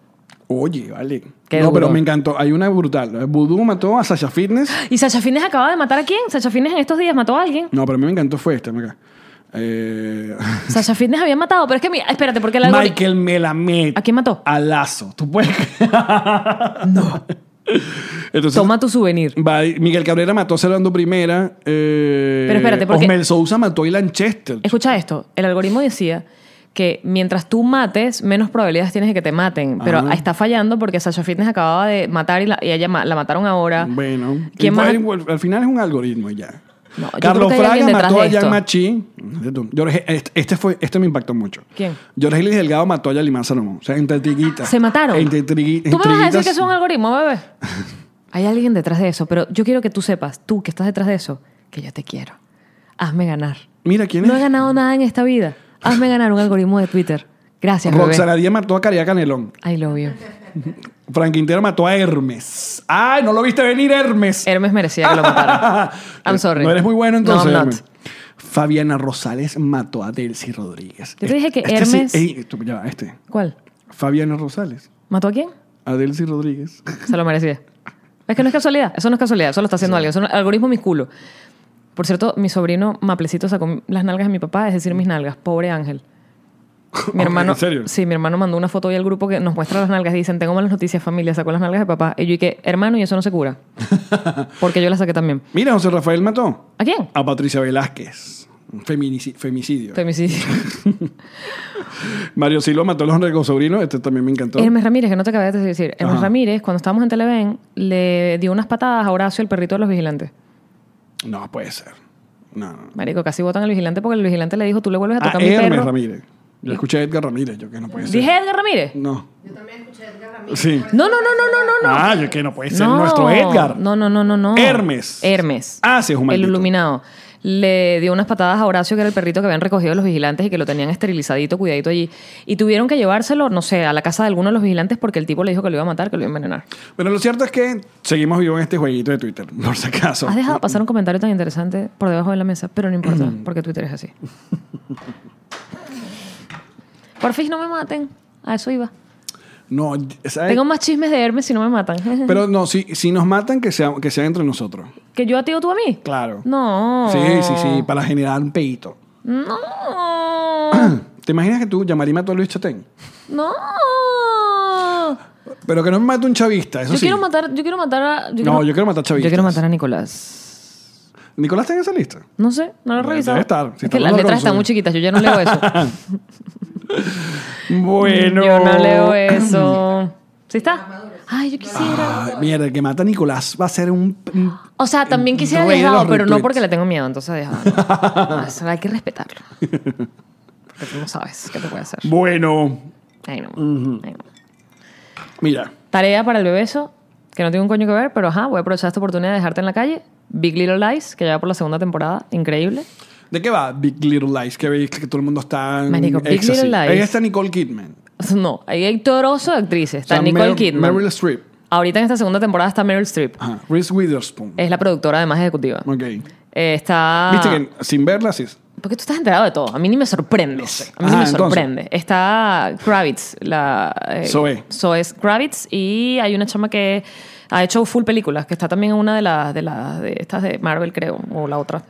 S2: Oye, vale.
S3: Qué
S2: no, pero
S3: duro.
S2: me encantó. Hay una brutal. Voodoo mató a Sasha Fitness.
S3: ¿Y Sacha Fines acaba de matar a quién? Sacha Fines en estos días mató a alguien.
S2: No, pero a mí me encantó fue esta. mira. Eh,
S3: Sacha Fitness había matado, pero es que mira, espérate, porque el algoritmo.
S2: Michael Melamed.
S3: ¿A quién mató?
S2: A Lazo. Tú puedes. no. Entonces,
S3: Toma tu souvenir.
S2: va- Miguel Cabrera mató a Servando Primera. eh,
S3: Pero espérate, porque-
S2: Osmel Sousa mató a Ilan Chester.
S3: Escucha esto, el algoritmo decía que mientras tú mates, menos probabilidades tienes de que te maten. Pero
S2: Ajá.
S3: está fallando porque Sasha Fitness acababa de matar y, la, y ella ma- la mataron ahora.
S2: Bueno,
S3: ¿Quién
S2: Y
S3: más?
S2: fue- al, final es un algoritmo y ya.
S3: No, yo creo
S2: Carlos
S3: que hay alguien
S2: Fraga
S3: detrás
S2: mató
S3: de
S2: a Jan
S3: esto.
S2: Machi. Jorge- este, este fue, este me impactó mucho.
S3: ¿Quién?
S2: Jorge Luis Delgado mató a Yalimán Salomón. O sea, entre triguitas.
S3: Se mataron.
S2: Entre trigui-
S3: Tú me vas a decir
S2: triguitas.
S3: que es un algoritmo, bebé. Hay alguien detrás de eso, pero yo quiero que tú sepas, tú que estás detrás de eso, que yo te quiero. Hazme ganar.
S2: Mira, ¿quién
S3: No he
S2: es?
S3: ganado nada en esta vida. Hazme ganar un algoritmo de Twitter. Gracias,
S2: Roxana
S3: bebé.
S2: Díaz mató a Caridad Canelón.
S3: I love you.
S2: Frank Quintero mató a Hermes. ¡Ay, no lo viste venir, Hermes! Eh,
S3: Hermes merecía que lo mataran. Er, I'm sorry.
S2: No eres muy bueno entonces.
S3: No, I'm
S2: Hermes.
S3: not.
S2: Fabiana Rosales mató a Delcy Rodríguez. Este
S3: Yo te dije que
S2: sí-
S3: Hermes-
S2: Ey, tú- ya va, este.
S3: ¿Cuál?
S2: Fabiana Rosales.
S3: ¿Mató a quién?
S2: A Delcy Rodríguez.
S3: Se lo merecía. Es que no es casualidad. Eso no es casualidad. Eso lo está haciendo alguien. Eso no- algoritmo mis culo. Por cierto, mi sobrino Maplecito sacó las nalgas de mi papá, es decir, mis nalgas. Pobre Ángel. Mi hermano,
S2: ¿En serio?
S3: Sí, mi hermano mandó una foto hoy al grupo que nos muestra las nalgas. Dicen, tengo malas noticias, familia, sacó las nalgas de papá. Y yo dije, hermano, y eso no se cura. Porque yo las saqué también.
S2: Mira, José Rafael mató
S3: ¿A quién?
S2: a Patricia Velázquez. Un feminici- Femicidio.
S3: Femicidio.
S2: Mario Silva mató a los sobrinos. Este también me encantó.
S3: Hermes Ramírez, que no te acabé de decir. Hermes
S2: Ajá.
S3: Ramírez, cuando estábamos en Televen, le dio unas patadas a Horacio, el perrito de los vigilantes.
S2: No, puede ser. No, no.
S3: Marico, casi votan al vigilante porque el vigilante le dijo, tú le vuelves a
S2: A
S3: tocar mi
S2: Hermes
S3: perro.
S2: Ah, Ramírez. Yo escuché a Edgar Ramírez. Yo que no puede ser.
S3: ¿Dije Edgar Ramírez?
S2: No. Yo también escuché a Edgar Ramírez. Sí.
S3: No, no, no, no, no, no, no.
S2: Ah, yo que no puede ser
S3: No,
S2: nuestro Edgar.
S3: No, no, no, no, no.
S2: Hermes.
S3: Hermes.
S2: Ah, sí, es un
S3: El
S2: maldito.
S3: iluminado. Le dio unas patadas a Horacio, que era el perrito que habían recogido los vigilantes y que lo tenían esterilizadito, cuidadito allí. Y tuvieron que llevárselo, no sé, a la casa de alguno de los vigilantes porque el tipo le dijo que lo iba a matar, que lo iba a envenenar.
S2: Pero lo cierto es que seguimos vivos en este jueguito de Twitter, por si acaso.
S3: Has dejado
S2: mm.
S3: pasar un comentario tan interesante por debajo de la mesa, pero no importa, porque Twitter es así. Por fin no me maten. A eso iba.
S2: No, ¿sabes?
S3: Tengo más chismes de Hermes si no me matan.
S2: Pero no, si, si nos matan, que sea, que sea entre nosotros.
S3: ¿Que yo a ti o tú a mí?
S2: Claro.
S3: No.
S2: Sí, sí, sí, para generar un peito.
S3: No.
S2: ¿Te imaginas que tú llamarías y mató a Luis Chatén?
S3: No.
S2: Pero que no me mate un chavista, eso
S3: Yo
S2: sí.
S3: quiero matar, yo quiero matar a.
S2: No, yo quiero matar chavistas.
S3: Yo quiero matar a Nicolás.
S2: ¿Nicolás está en esa lista?
S3: No sé, no lo he
S2: Debe
S3: revisado.
S2: estar. Si
S3: es que
S2: estamos
S3: las
S2: hablando con
S3: letras están
S2: su-
S3: muy chiquitas, yo ya no leo eso.
S2: Bueno.
S3: Yo no leo eso. ¿Sí está? Ay, yo quisiera.
S2: Ay, mierda, el que mata a Nicolás va a ser un... un-
S3: O sea, también quisiera
S2: Rey de los
S3: dejado, pero no
S2: retweets.
S3: porque le tengo miedo, entonces dejado. No. No, eso hay que respetarlo. Porque tú no sabes qué te puede hacer.
S2: Bueno,
S3: Ay, no. Ay, no.
S2: mira.
S3: Tarea para el bebeso, que no tiene un coño que ver, pero ajá, voy a aprovechar esta oportunidad de dejarte en la calle. Big Little Lies, que ya va por la segunda temporada, increíble.
S2: ¿De qué va Big Little Lies? Que veis que todo el mundo está en
S3: Marico, Big
S2: éxtasis.
S3: Little Lies.
S2: Ahí está Nicole Kidman.
S3: No, ahí hay toroso de actrices. Está
S2: O sea,
S3: Nicole
S2: Mer-
S3: Kidman.
S2: Meryl Streep. Ah.
S3: Ahorita en esta segunda temporada está Meryl Streep.
S2: Ajá. Reese Witherspoon.
S3: Es la productora además ejecutiva.
S2: Ok.
S3: Eh, está...
S2: Viste que sin verla sí. es-
S3: Porque tú estás enterado de todo. A mí ni me sorprende. A mí
S2: Ah,
S3: ni me
S2: entonces.
S3: sorprende. Está Kravitz, la. eh,
S2: Zoe.
S3: Zoe es Kravitz y hay una chama que ha hecho full películas, que está también en una de las de las de estas de Marvel, creo, o la otra.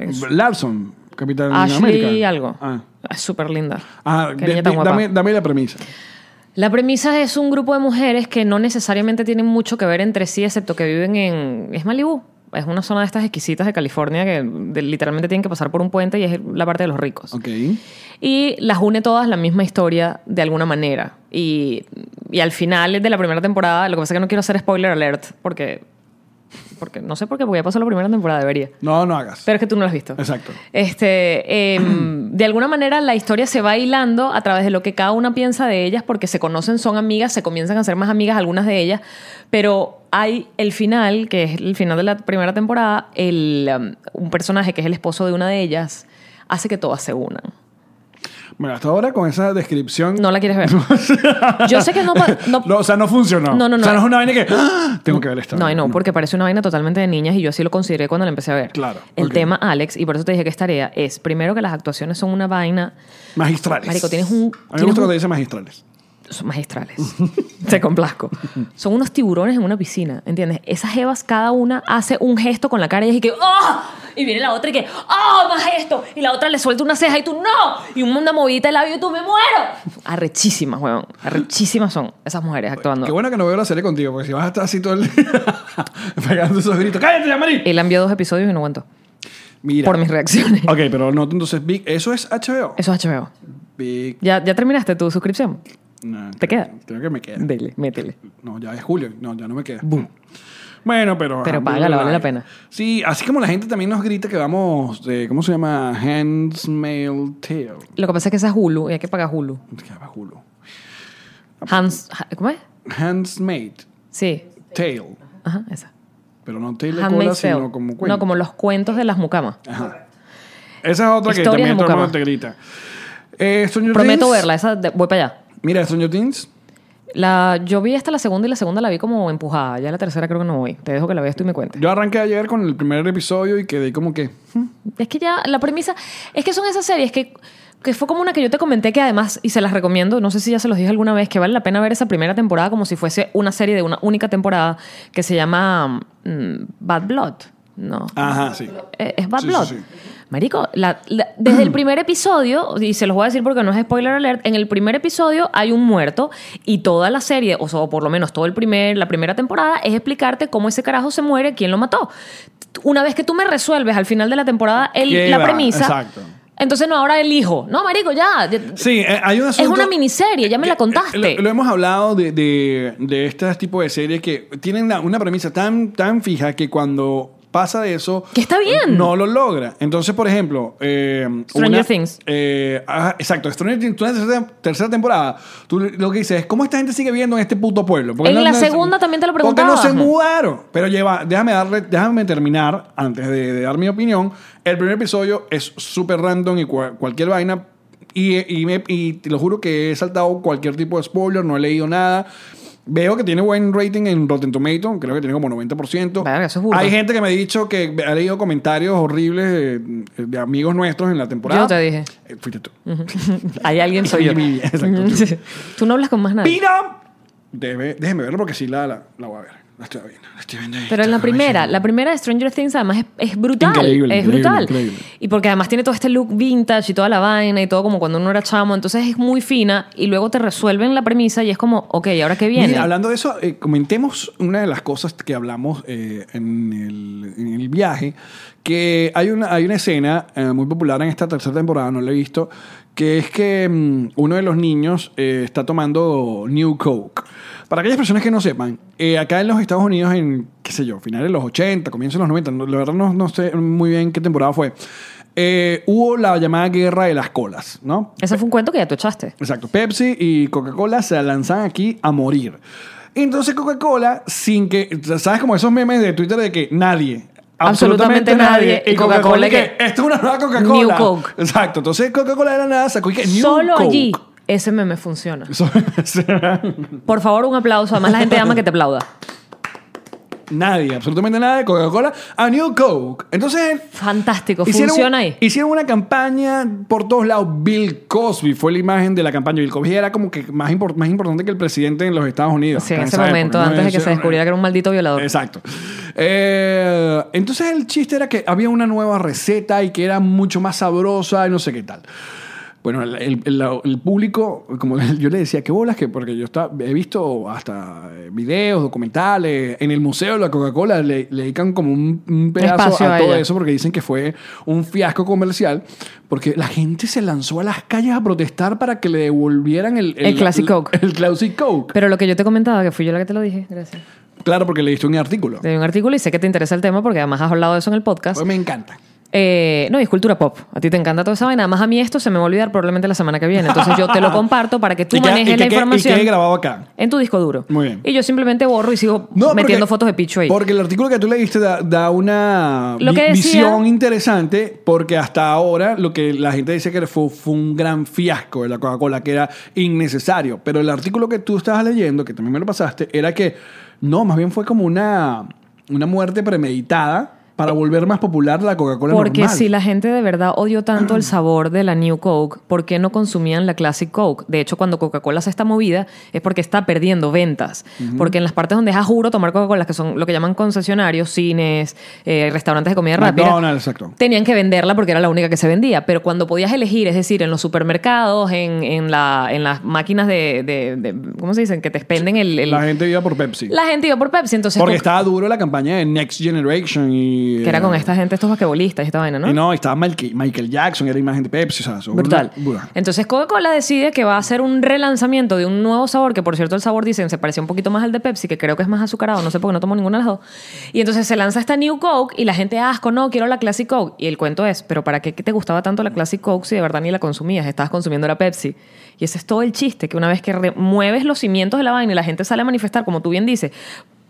S3: Es-
S2: Larson, Capitán
S3: Ashley
S2: América.
S3: algo.
S2: Ah,
S3: Es súper linda.
S2: Ah,
S3: Qué
S2: de-
S3: niña tan
S2: de-
S3: guapa.
S2: dame, dame la premisa.
S3: La premisa es un grupo de mujeres que no necesariamente tienen mucho que ver entre sí, excepto que viven en... Es Malibú. Es una zona de estas exquisitas de California que de- literalmente tienen que pasar por un puente y es la parte de los ricos.
S2: Ok.
S3: Y las une todas la misma historia de alguna manera. Y, y al final de la primera temporada, lo que pasa es que no quiero hacer spoiler alert, porque, porque no sé por qué, porque ya pasó la primera temporada, debería.
S2: No, no hagas.
S3: Pero es que tú no lo has visto.
S2: Exacto.
S3: Este, em, de alguna manera la historia se va hilando a través de lo que cada una piensa de ellas, porque se conocen, son amigas, se comienzan a ser más amigas algunas de ellas, pero hay el final, que es el final de la primera temporada, el, em, un personaje que es el esposo de una de ellas, hace que todas se unan.
S2: Bueno, hasta ahora con esa descripción.
S3: No la quieres ver. Yo sé que no pa- no-
S2: o sea, no funcionó.
S3: No, no, no.
S2: O sea, no es una vaina que. ¡Ah! Tengo que ver esta.
S3: No, ay, no, porque parece una vaina totalmente de niñas y yo así lo consideré cuando la empecé a ver.
S2: Claro,
S3: El
S2: ok.
S3: tema, Alex, y por eso te dije que es tarea, es primero que las actuaciones son una vaina
S2: Magistrales.
S3: Marico, tienes
S2: A
S3: un-
S2: mí me
S3: tienes
S2: gusta
S3: un-
S2: cuando dice magistrales.
S3: son magistrales. Te complazco. Son unos tiburones en una piscina, ¿entiendes? Esas evas, cada una hace un gesto con la cara y es que ¡Oh! Y viene la otra y que ¡Oh! Más esto. Y la otra le suelta una ceja y tú ¡No! Y una movidita de labio y tú ¡Me muero! Arrechísimas, huevón. Arrechísimas son esas mujeres actuando.
S2: Qué bueno que no veo la serie contigo, porque si vas a estar así todo el día pegando esos gritos. ¡Cállate, ya, Marí!
S3: Él envió dos episodios y no aguantó.
S2: Mira.
S3: Por mis reacciones.
S2: Ok, pero no, entonces, Big, eso es HBO.
S3: Eso es HBO.
S2: Big.
S3: ¿Ya, ya terminaste tu suscripción?
S2: no,
S3: ¿Te
S2: creo-
S3: queda?
S2: Creo que me queda.
S3: Dele, métele.
S2: No, ya es julio. No, ya no me queda. Boom. Bueno, pero.
S3: Pero
S2: ajá,
S3: págala, vale la
S2: vale.
S3: pena.
S2: Sí, así como la gente también nos grita que vamos. de- ¿Cómo se llama? Hands Mail Tale.
S3: Lo que pasa es que esa es Hulu y hay que pagar Hulu.
S2: ¿Qué llama Hulu? Ah, pues.
S3: Hans... Ha- ¿Cómo es?
S2: Hands Made
S3: Sí.
S2: Tale.
S3: Ajá, esa.
S2: Pero no Tale de
S3: Handmaid's
S2: cola, sino
S3: Tale.
S2: como cuento. Ah.
S3: No, como los cuentos de las mucamas.
S2: Ajá. Esa es otra que también
S3: Historias de
S2: todo el mundo
S3: mucama.
S2: te grita. Eh, Stranger
S3: Prometo
S2: Things.
S3: verla, esa de- voy para allá.
S2: Mira, Stranger Things.
S3: La, yo vi hasta la segunda y la segunda la vi como empujada. Ya la tercera creo que no voy. Te dejo que la veas tú y me cuentes.
S2: Yo arranqué ayer con el primer episodio y quedé como que. hmm,
S3: Es que ya la premisa... Es que son esas series que, que fue como una que yo te comenté que además, y se las recomiendo, no sé si ya se los dije alguna vez, que vale la pena ver esa primera temporada como si fuese una serie de una única temporada que se llama mm, Bad Blood. No.
S2: Ajá, sí.
S3: Eh, es Bad
S2: Sí, sí,
S3: Blood.
S2: sí.
S3: Marico, la- la- desde el primer episodio, y se los voy a decir porque no es spoiler alert, en el primer episodio hay un muerto y toda la serie, o, sea, o por lo menos todo el primer, la primera temporada, es explicarte cómo ese carajo se muere, quién lo mató. Una vez que tú me resuelves al final de la temporada el-
S2: ¿Qué
S3: la
S2: va?
S3: premisa,
S2: Exacto.
S3: entonces no, ahora elijo. No, marico, ya. ya-
S2: Sí, eh, hay una
S3: es una miniserie, ya me la contaste.
S2: Eh, Lo, lo hemos hablado de, de, de este tipo de series que tienen la- una premisa tan, tan fija que cuando pasa de eso.
S3: Que está bien.
S2: No lo logra. Entonces, por ejemplo. eh,
S3: Stranger
S2: una-
S3: Things.
S2: eh, ajá, exacto, Stranger Things. Tú en la tercera, tercera temporada, tú lo que dices es: ¿cómo esta gente sigue viviendo en este puto pueblo?
S3: En la segunda también te lo
S2: Porque no
S3: preguntaba.
S2: se mudaron. Pero lleva, déjame, darle, déjame terminar antes de, de dar mi opinión. El primer episodio es súper random y cua- cualquier vaina. Y, y me- y te lo juro que he saltado cualquier tipo de spoiler, no he leído nada. Veo que tiene buen rating en Rotten Tomato, creo que tiene como 90%.
S3: Verga, eso es burda.
S2: Hay gente que me ha dicho que ha leído comentarios horribles de, de amigos nuestros en la temporada.
S3: Yo te dije.
S2: Eh, fuiste tú.
S3: Hay alguien, soy yo.
S2: Exacto, tú.
S3: Tú no hablas con más nadie.
S2: Pira. Debe- déjeme verlo porque sí la, la, la voy a ver. La estoy viendo. La estoy viendo ahí.
S3: Pero en la primera, la primera de Stranger Things además es, es brutal.
S2: Increíble,
S3: es
S2: increíble,
S3: brutal.
S2: increíble.
S3: Y porque además tiene todo este look vintage y toda la vaina y todo como cuando uno era chamo. Entonces es muy fina y luego te resuelven la premisa y es como, ok, ¿ahora qué viene?
S2: Mira, hablando de eso, eh, comentemos una de las cosas que hablamos eh, en, el, en el viaje, que hay una, hay una escena eh, muy popular en esta tercera temporada, no la he visto, que es que mm, uno de los niños eh, está tomando New Coke. Para aquellas personas que no sepan, eh, acá en los Estados Unidos, en, qué sé yo, finales de los 80, comienzos de los 90, no- la verdad no, no sé muy bien qué temporada fue, eh, hubo la llamada guerra de las colas, ¿no?
S3: Ese fue un cuento que ya tú echaste.
S2: Exacto. Pepsi y Coca-Cola se lanzan aquí a morir. Entonces Coca-Cola, sin que... ¿Sabes como esos memes de Twitter de que nadie...
S3: Absolutamente nadie,
S2: Y
S3: y Coca-Cola
S2: Coca-Cola y que...
S3: que-
S2: Esto es una nueva Coca-Cola.
S3: New Coke.
S2: Exacto. Entonces Coca-Cola de la nada sacó y que... New
S3: Solo
S2: Coke.
S3: allí ese meme funciona.
S2: Eso-
S3: Por favor, un aplauso. Además la gente ama que te aplauda.
S2: nadie, absolutamente nadie. Coca-Cola a New Coke. Entonces
S3: Fantástico,
S2: Hicieron-
S3: funciona ahí.
S2: Hicieron una campaña por todos lados. Bill Cosby fue la imagen de la campaña. Bill Cosby era como que más, impor- más importante que el presidente en los Estados Unidos.
S3: Sí, en
S2: Acá
S3: ese
S2: esa época,
S3: momento,
S2: ¿no?
S3: antes de que
S2: Ese-
S3: se descubriera que era un maldito violador.
S2: Exacto. Eh, entonces el chiste era que había una nueva receta y que era mucho más sabrosa y no sé qué tal. Bueno, el, el- el- el público, como yo le decía, qué bolas, que porque yo está, he visto hasta eh, videos, documentales, en el museo de la Coca-Cola le, le dedican como un, un pedazo
S3: Espacio
S2: a,
S3: a
S2: todo
S3: ella.
S2: eso porque dicen que fue un fiasco comercial, porque la gente se lanzó a las calles a protestar para que le devolvieran el,
S3: El Classic Coke.
S2: El Classic Coke.
S3: Pero lo que yo te comentaba, que fui yo la que te lo dije, gracias.
S2: Claro, porque le diste un artículo.
S3: Te di un artículo y sé que te interesa el tema porque además has hablado de eso en el podcast.
S2: Pues me encanta.
S3: Eh, no, y es cultura pop. A ti te encanta toda esa vaina. Además, a mí esto se me va a olvidar probablemente la semana que viene. Entonces, yo te lo comparto para que tú
S2: Y que-
S3: manejes
S2: y que
S3: la
S2: quede- y
S3: información.
S2: quede grabado acá.
S3: En tu disco duro.
S2: Muy bien.
S3: Y yo simplemente borro y sigo
S2: No,
S3: metiendo
S2: porque-
S3: fotos de picho ahí.
S2: Porque el artículo que tú leíste da, da una
S3: Lo
S2: vi-
S3: que decía-
S2: visión interesante, porque hasta ahora lo que la gente dice que fue, fue un gran fiasco de la Coca-Cola, que era innecesario. Pero el artículo que tú estabas leyendo, que también me lo pasaste, era que no, más bien fue como una, una muerte premeditada para volver más popular la Coca-Cola
S3: Porque
S2: normal.
S3: si la gente de verdad odió tanto el sabor de la New Coke, ¿por qué no consumían la Classic Coke? De hecho, cuando Coca-Cola se está movida es porque está perdiendo ventas. Porque en las partes donde es a juro tomar Coca-Cola, que son lo que llaman concesionarios, cines, eh, restaurantes de comida rápida,
S2: McDonald's, exacto.
S3: tenían que venderla porque era la única que se vendía. Pero cuando podías elegir, es decir, en los supermercados, en, en la, en las máquinas de, de- de- ¿Cómo se dicen? Que te expenden el... el-
S2: La gente iba por Pepsi.
S3: la gente iba por Pepsi, entonces...
S2: Porque
S3: Coca-
S2: estaba duro la campaña de Next Generation y...
S3: Que era con esta gente, estos basquetbolistas y esta vaina, ¿no?
S2: Y no, estaba Michael, Michael Jackson, era imagen de Pepsi, o sea, eso-
S3: Brutal. Eh,
S2: Brutal.
S3: Entonces Coca-Cola decide que va a hacer un relanzamiento de un nuevo sabor, que por cierto el sabor dicen se parecía un poquito más al de Pepsi, que creo que es más azucarado, no sé por qué no tomo ninguna de las dos. Y entonces se lanza esta New Coke y la gente, "Ah, asco, no, quiero la Classic Coke. Y el cuento es, pero ¿para qué te gustaba tanto la Classic Coke si de verdad ni la consumías? Estabas consumiendo la Pepsi. Y ese es todo el chiste, que una vez que remueves los cimientos de la vaina y la gente sale a manifestar, como tú bien dices,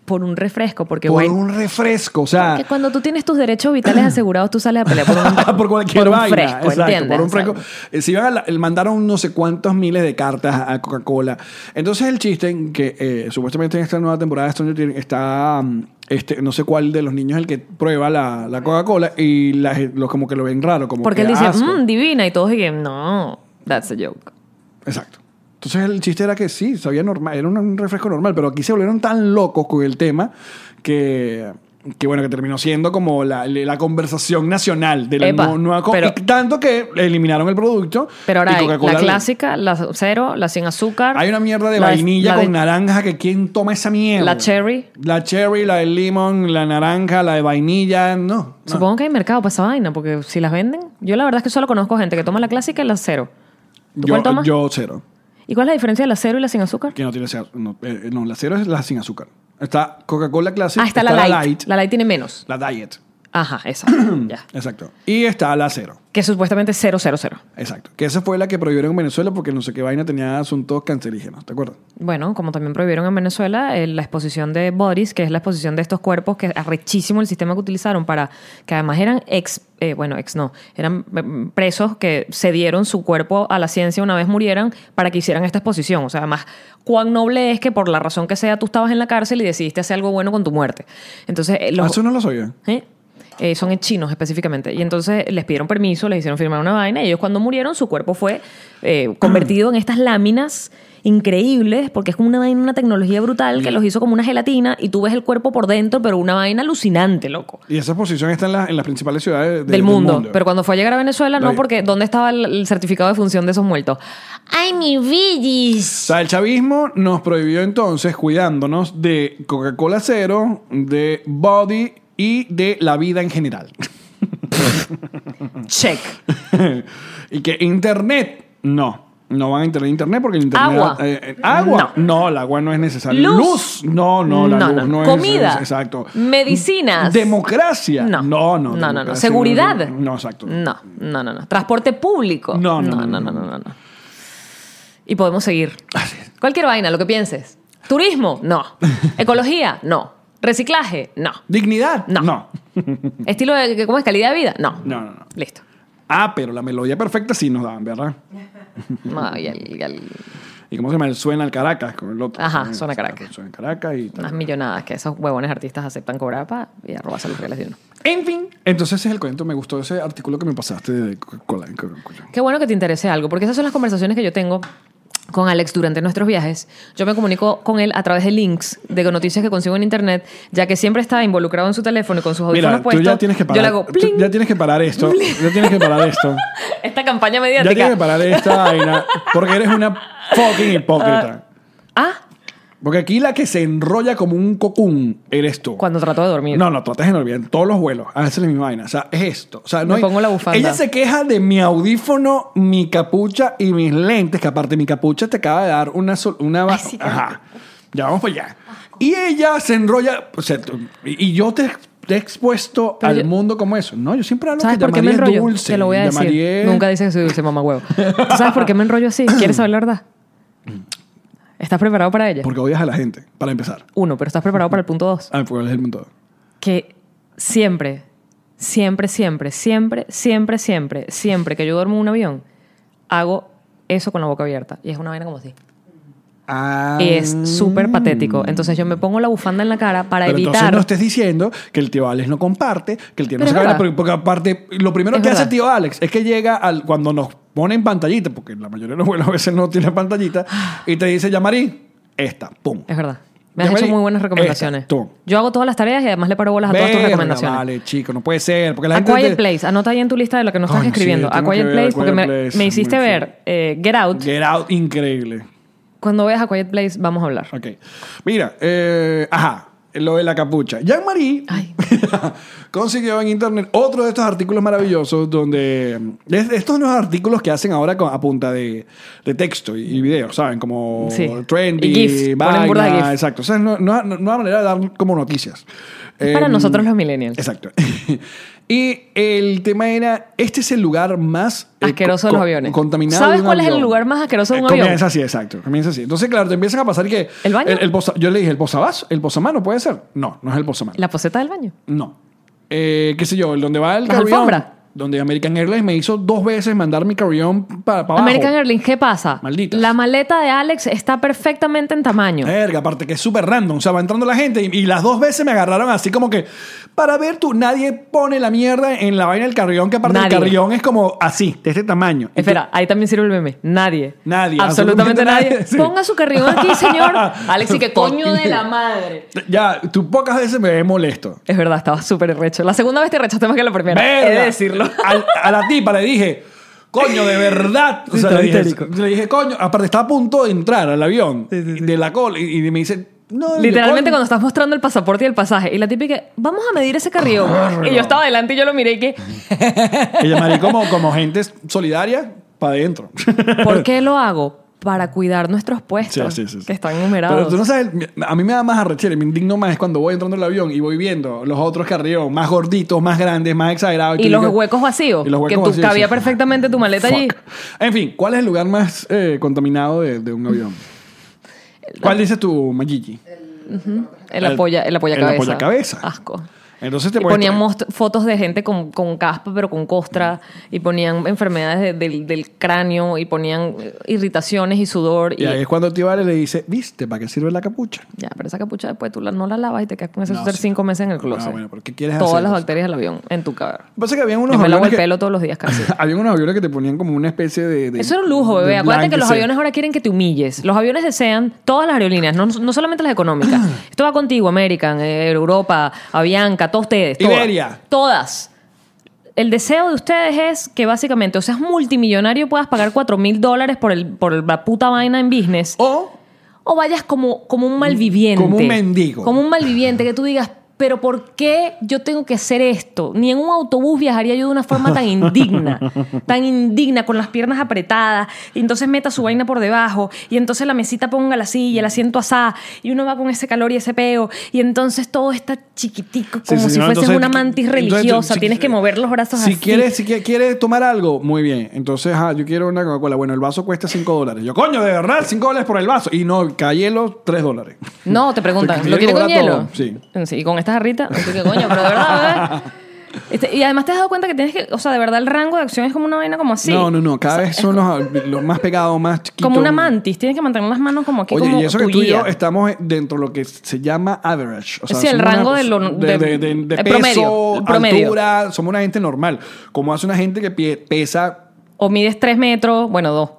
S3: por un refresco, porque
S2: por
S3: bueno,
S2: un refresco, o sea...
S3: que cuando tú tienes tus derechos vitales asegurados, tú sales a pelear por, un,
S2: por cualquier
S3: por un
S2: vaina.
S3: fresco,
S2: exacto,
S3: ¿entiendes?
S2: por un
S3: O sea,
S2: fresco. Eh, se iban a la- le mandaron no sé cuántos miles de cartas a Coca-Cola. Entonces el chiste en que eh, supuestamente en esta nueva temporada de Stranger Things está mm, este, no sé cuál de los niños el que prueba la, la Coca-Cola y la gen- los como que lo ven raro, como
S3: Porque
S2: que
S3: él dice,
S2: asco.
S3: "Mm, divina, y todos dicen, no, that's a joke.
S2: Exacto. Entonces el chiste era que sí, sabía normal, era un- un refresco normal, pero aquí se volvieron tan locos con el tema que, que bueno, que terminó siendo como la, la conversación nacional de la
S3: Epa,
S2: nu- nueva Coca.
S3: pero-
S2: y tanto que eliminaron el producto.
S3: Pero ahora
S2: y
S3: hay
S2: Coca-Cola
S3: la
S2: le-
S3: clásica, la cero, la sin azúcar.
S2: Hay una mierda de
S3: la
S2: vainilla
S3: la
S2: con
S3: de-
S2: naranja que quién toma esa mierda.
S3: La cherry.
S2: La cherry, la de limón, la naranja, la de vainilla, no. no.
S3: Supongo que hay mercado para esa vaina, porque si las venden... Yo la verdad es que solo conozco gente que toma la clásica y la cero. ¿Tú cuál
S2: Yo,
S3: tomas?
S2: yo cero.
S3: ¿Y cuál es la diferencia de la cero y la sin azúcar?
S2: Que no tiene cero. No, eh, no, la cero es la sin azúcar. Está Coca-Cola Classic.
S3: ah, está, la, light. La light tiene menos.
S2: La diet.
S3: Ajá, esa. ya.
S2: Exacto. Y está la cero.
S3: Que supuestamente es cero, cero, cero.
S2: Exacto. Que esa fue la que prohibieron en Venezuela porque no sé qué vaina tenía asuntos cancerígenos, ¿te acuerdas?
S3: Bueno, como también prohibieron en Venezuela eh, la exposición de bodies, que es la exposición de estos cuerpos, que es arrechísimo el sistema que utilizaron para, que además eran ex, eh, bueno, ex no, eran mm, presos que cedieron su cuerpo a la ciencia una vez murieran para que hicieran esta exposición. O sea, además, cuán noble es que por la razón que sea tú estabas en la cárcel y decidiste hacer algo bueno con tu muerte. Entonces, eh,
S2: Ah,
S3: los,
S2: Eso no lo sabía.
S3: ¿Eh? Eh, son en chinos específicamente. Y entonces les pidieron permiso, les hicieron firmar una vaina y ellos cuando murieron su cuerpo fue eh, convertido en estas láminas increíbles porque es como una, vaina, una tecnología brutal que los hizo como una gelatina y tú ves el cuerpo por dentro, pero una vaina alucinante, loco.
S2: Y esa exposición está en, la- en las principales ciudades de-
S3: del mundo. Pero cuando fue a llegar a Venezuela,
S2: Está
S3: no,
S2: bien.
S3: porque ¿dónde estaba el, el certificado de función de esos muertos? ¡Ay, mi
S2: O
S3: villis!
S2: sea, el chavismo nos prohibió entonces cuidándonos de Coca-Cola cero, de body y de la vida en general.
S3: Check.
S2: y que internet, no. No van a internet, internet porque el internet...
S3: Agua.
S2: eh, eh, agua. No. el agua no es necesaria.
S3: Luz.
S2: No, no, la luz no es
S3: Comida.
S2: Exacto.
S3: Medicinas.
S2: Democracia.
S3: No.
S2: No, no.
S3: No, no, no.
S2: democracia
S3: Seguridad.
S2: No, no, exacto.
S3: No, no, no, no. Transporte público.
S2: No, no,
S3: no,
S2: no,
S3: no,
S2: no,
S3: no, no, no. Y podemos seguir. Cualquier vaina, lo que pienses. Turismo, no. Ecología, no. Reciclaje, no.
S2: Dignidad.
S3: No. Estilo de cómo es calidad de vida, no.
S2: No, no, no.
S3: Listo.
S2: Ah, pero la melodía perfecta sí nos dan, ¿verdad?
S3: No, y el- y el-
S2: ¿Y cómo se llama? El suena al Caracas con el otro.
S3: Ajá,
S2: Eh,
S3: Suena
S2: exacto,
S3: Caracas. Ah.
S2: Suena Caracas y
S3: unas
S2: tal.
S3: millonadas que esos huevones artistas aceptan cobrar para y robarse los reales de uno.
S2: En fin, entonces ese es el cuento. Me gustó ese artículo que me pasaste de Coca-Cola. de Coca-Cola.
S3: Qué bueno que te interese algo, porque esas son las conversaciones que yo tengo con Alex durante nuestros viajes. Yo me comunico con él a través de links de noticias que consigo en internet, ya que siempre está involucrado en su teléfono y con sus audífonos
S2: Mira, tú
S3: puestos.
S2: ya tienes que
S3: Yo le
S2: parar.
S3: hago
S2: tú
S3: pling.
S2: ya tienes que parar esto. ya tienes que parar esto.
S3: Esta campaña
S2: ya
S3: mediática.
S2: tienes que parar esta vaina. Porque eres una fucking hipócrita.
S3: Ah,
S2: Porque aquí la que se enrolla como un cocún eres tú.
S3: cuando trató de dormir.
S2: No, no, tratas de no olvidar. En todos los vuelos. Haces la misma vaina. O sea, es esto. O sea, no
S3: Me
S2: hay-
S3: pongo la bufanda.
S2: Ella se queja de mi audífono, mi capucha y mis lentes. Que aparte, mi capucha te acaba de dar una... sol- una va- Ajá. Ya vamos para allá. Y ella se enrolla... O sea, tú- y y yo te expuesto
S3: Pero
S2: al
S3: yo-
S2: mundo como eso. No, yo siempre hablo que
S3: ¿Sabes por qué me
S2: llamaría
S3: enrollo?
S2: dulce.
S3: Te lo voy a decir.
S2: llamaría-
S3: Nunca dices que soy dulce, mamá huevo. ¿Tú ¿Sabes por qué me enrollo así? ¿Quieres saber la verdad?
S2: Mm.
S3: ¿Estás preparado para ella?
S2: Porque odias a la gente, para empezar.
S3: Uno, pero estás preparado para el punto dos.
S2: Ah, porque es el mundo.
S3: que siempre, siempre, siempre, siempre, siempre, siempre, siempre que yo duermo en un avión, hago eso con la boca abierta. Y es una vaina como así.
S2: Ah.
S3: Y es súper patético.
S2: Mm.
S3: Entonces yo me pongo la bufanda en la cara para
S2: Pero
S3: evitar...
S2: entonces no estés diciendo que el tío Alex no comparte, que el tío no
S3: Pero
S2: se gana,
S3: es verdad.
S2: porque, porque aparte, lo primero
S3: Es
S2: que hace
S3: verdad.
S2: el tío Alex es que llega al cuando nos pone en pantallita, porque la mayoría de los vuelos a veces no tiene pantallita, y te dice, Yamari, esta, pum.
S3: Es verdad. Me has
S2: Yamari,
S3: hecho muy buenas recomendaciones.
S2: esta, tú.
S3: Yo hago todas las tareas y además le paro bolas a todas tus
S2: Verga,
S3: recomendaciones.
S2: Vale, chico, no puede ser. Porque la
S3: A
S2: gente
S3: Quiet
S2: te-
S3: Place, anota ahí en tu lista de lo que no estás
S2: Coño, sí,
S3: escribiendo. a
S2: tengo que
S3: Quiet
S2: ver A
S3: Place,
S2: Quiet
S3: porque me-
S2: Place,
S3: me,
S2: muy
S3: hiciste
S2: feo.
S3: ver eh, Get Out.
S2: Get out, increíble.
S3: Cuando veas a Quiet Place, vamos a hablar.
S2: Ok. Mira, eh, ajá, lo de la capucha. Jean-Marie
S3: Ay.
S2: consiguió en internet otro de estos artículos maravillosos donde... es- Estos nuevos artículos que hacen ahora con- a punta de, de texto y, y video, ¿saben? Como
S3: Sí.
S2: trendy,
S3: Y GIF, ponen
S2: vaina,
S3: burda de GIF.
S2: Exacto. O sea, es no- no- no- nueva manera de dar como noticias.
S3: Es para
S2: Em,
S3: nosotros los millennials.
S2: Exacto. y el tema era, este es el lugar más... eh,
S3: Asqueroso de
S2: co-
S3: los aviones.
S2: Contaminado
S3: ¿Sabes
S2: de un
S3: cuál es el
S2: avión.
S3: lugar más asqueroso de un
S2: Eh,
S3: avión?
S2: comienza así, exacto. Comienza así. Entonces, claro, te empiezan a pasar que...
S3: ¿El baño?
S2: posa- yo le dije, ¿el posavasos? ¿El posamano puede ser? No, no es el posamano.
S3: La poseta del baño.
S2: No. Eh, ¿Qué sé yo? ¿El donde va el
S3: ¿Las
S2: carry-on?
S3: alfombras?
S2: Donde American Airlines me hizo dos veces mandar mi carry-on para abajo.
S3: American Airlines, ¿qué pasa?
S2: Malditas. Eh,
S3: La maleta de Alex está perfectamente en tamaño.
S2: Verga, aparte que es súper random. O sea, va entrando la gente y, y las dos veces me agarraron así como que... Para ver tú, nadie pone la mierda en la vaina del carrión, que aparte
S3: Nadie.
S2: el carrión es como así, de este tamaño. Y
S3: Espera, ahí también sirve el meme. Nadie.
S2: Nadie, absolutamente
S3: Absolutamente, nadie.
S2: nadie, sí.
S3: Ponga su carrión aquí, señor. Alex, y que coño
S2: Fucking
S3: de la
S2: hell.
S3: madre.
S2: tú- Ya, tú pocas veces me ves molesto.
S3: Es verdad, estaba súper recho. La segunda vez te rechaste más que la primera. He
S2: Verga.
S3: de decirlo.
S2: Al- a la tipa le dije, coño, de verdad. O
S3: Sí,
S2: sea,
S3: estaba
S2: le, dije,
S3: histérico.
S2: le dije, coño, aparte está a punto de entrar al avión de la cola y, y me dice, no, yo,
S3: Literalmente cuando
S2: coño.
S3: estás mostrando el pasaporte y el pasaje. Y la típica, vamos a medir ese carrión. Y yo estaba adelante y yo lo miré y que,
S2: Ella me dijo, como, como gente solidaria para adentro.
S3: ¿por qué lo hago? Para cuidar nuestros puestos.
S2: Sí, sí, sí, sí.
S3: Que están numerados.
S2: Pero tú no sabes, a mí me da más arrechera, y me indigno más es cuando voy entrando al avión y voy viendo los otros carrión más gorditos, más grandes, más exagerados.
S3: Y
S2: tú
S3: los
S2: dices-
S3: huecos vacíos.
S2: Y los huecos
S3: que tú
S2: vacíos,
S3: cabía
S2: sí.
S3: perfectamente tu maleta allí.
S2: Fuck. En fin, ¿cuál es el lugar más eh, contaminado de, de un avión? ¿Cuál dices tú, Mayigi?
S3: El apoya, el apoya
S2: El
S3: cabeza.
S2: apoyacabeza.
S3: Asco.
S2: Entonces te
S3: Y
S2: pones-
S3: ponían most- fotos de gente con, con caspa, pero con costra. Y ponían enfermedades de- del, del cráneo. Y ponían eh, irritaciones y sudor. Y,
S2: Y ahí es cuando el tío Ale le dice, ¿viste para qué sirve la capucha?
S3: Ya, pero esa capucha después tú la- no la lavas y te quedas con ese
S2: No,
S3: suéter
S2: sí.
S3: cinco meses en el closet.
S2: Ah, bueno, pero ¿qué quieres
S3: Todas
S2: hacer?
S3: las bacterias del avión en tu cabeza.
S2: Pasa que habían unos
S3: Yo me lavo el
S2: aviones que-
S3: pelo todos los días casi.
S2: Había unos aviones que te ponían como una especie de... de-
S3: Eso era un lujo, bebé.
S2: de
S3: Acuérdate que los
S2: blanket.
S3: aviones ahora quieren que te humilles. Los aviones desean todas las aerolíneas, no, no solamente las económicas. Esto va contigo, American, eh, Europa, Avianca, todos ustedes. todas.
S2: Iberia.
S3: Todas. El deseo de ustedes es que básicamente, o seas multimillonario, puedas pagar 4 mil dólares por, el, por la puta vaina en business. O,
S2: O
S3: vayas como, como un malviviente.
S2: Como un mendigo.
S3: Como un malviviente, que tú digas, pero ¿por qué yo tengo que hacer esto? Ni en un autobús viajaría yo de una forma tan indigna, tan indigna, con las piernas apretadas, y entonces meta su vaina por debajo, y entonces la mesita ponga la silla, el asiento asá, y uno va con ese calor y ese peo, y entonces todo está chiquitico,
S2: Sí,
S3: como
S2: sí,
S3: si
S2: no,
S3: fueses
S2: entonces-
S3: una mantis
S2: entonces tú-
S3: religiosa,
S2: si-
S3: tienes que mover los brazos
S2: si
S3: así.
S2: Quieres, si qui- quieres tomar algo, muy bien. Entonces, ah, yo quiero una Coca-Cola. Bueno, el vaso cuesta 5 dólares. Yo, coño, de verdad, 5 dólares por el vaso. Y no, cada hielo, 3 dólares.
S3: No, te preguntan,
S2: Porque
S3: ¿lo
S2: tiene que
S3: quiere con
S2: cobrar
S3: hielo?
S2: todo, sí.
S3: Y con esta jarrita, Así que, coño, pero de verdad, ¿verdad? Este, y además te has dado cuenta que tienes que, o sea, de verdad el rango de acción es como una vaina como así.
S2: No, no, no. Cada vez son los, ah, los más pegados, más chiquitos.
S3: Como una mantis, tienes que mantener las manos como aquí
S2: Oye,
S3: como
S2: y eso
S3: tu
S2: que tú y yo
S3: guía.
S2: estamos dentro de lo que se llama average. O sea,
S3: Sí, el
S2: somos
S3: rango
S2: una-
S3: de lo-
S2: de, de- de-
S3: de-
S2: de peso,
S3: el promedio, el promedio.
S2: altura. Somos una gente normal. Como hace una gente que pie- pesa...
S3: O mides tres metros, bueno, dos.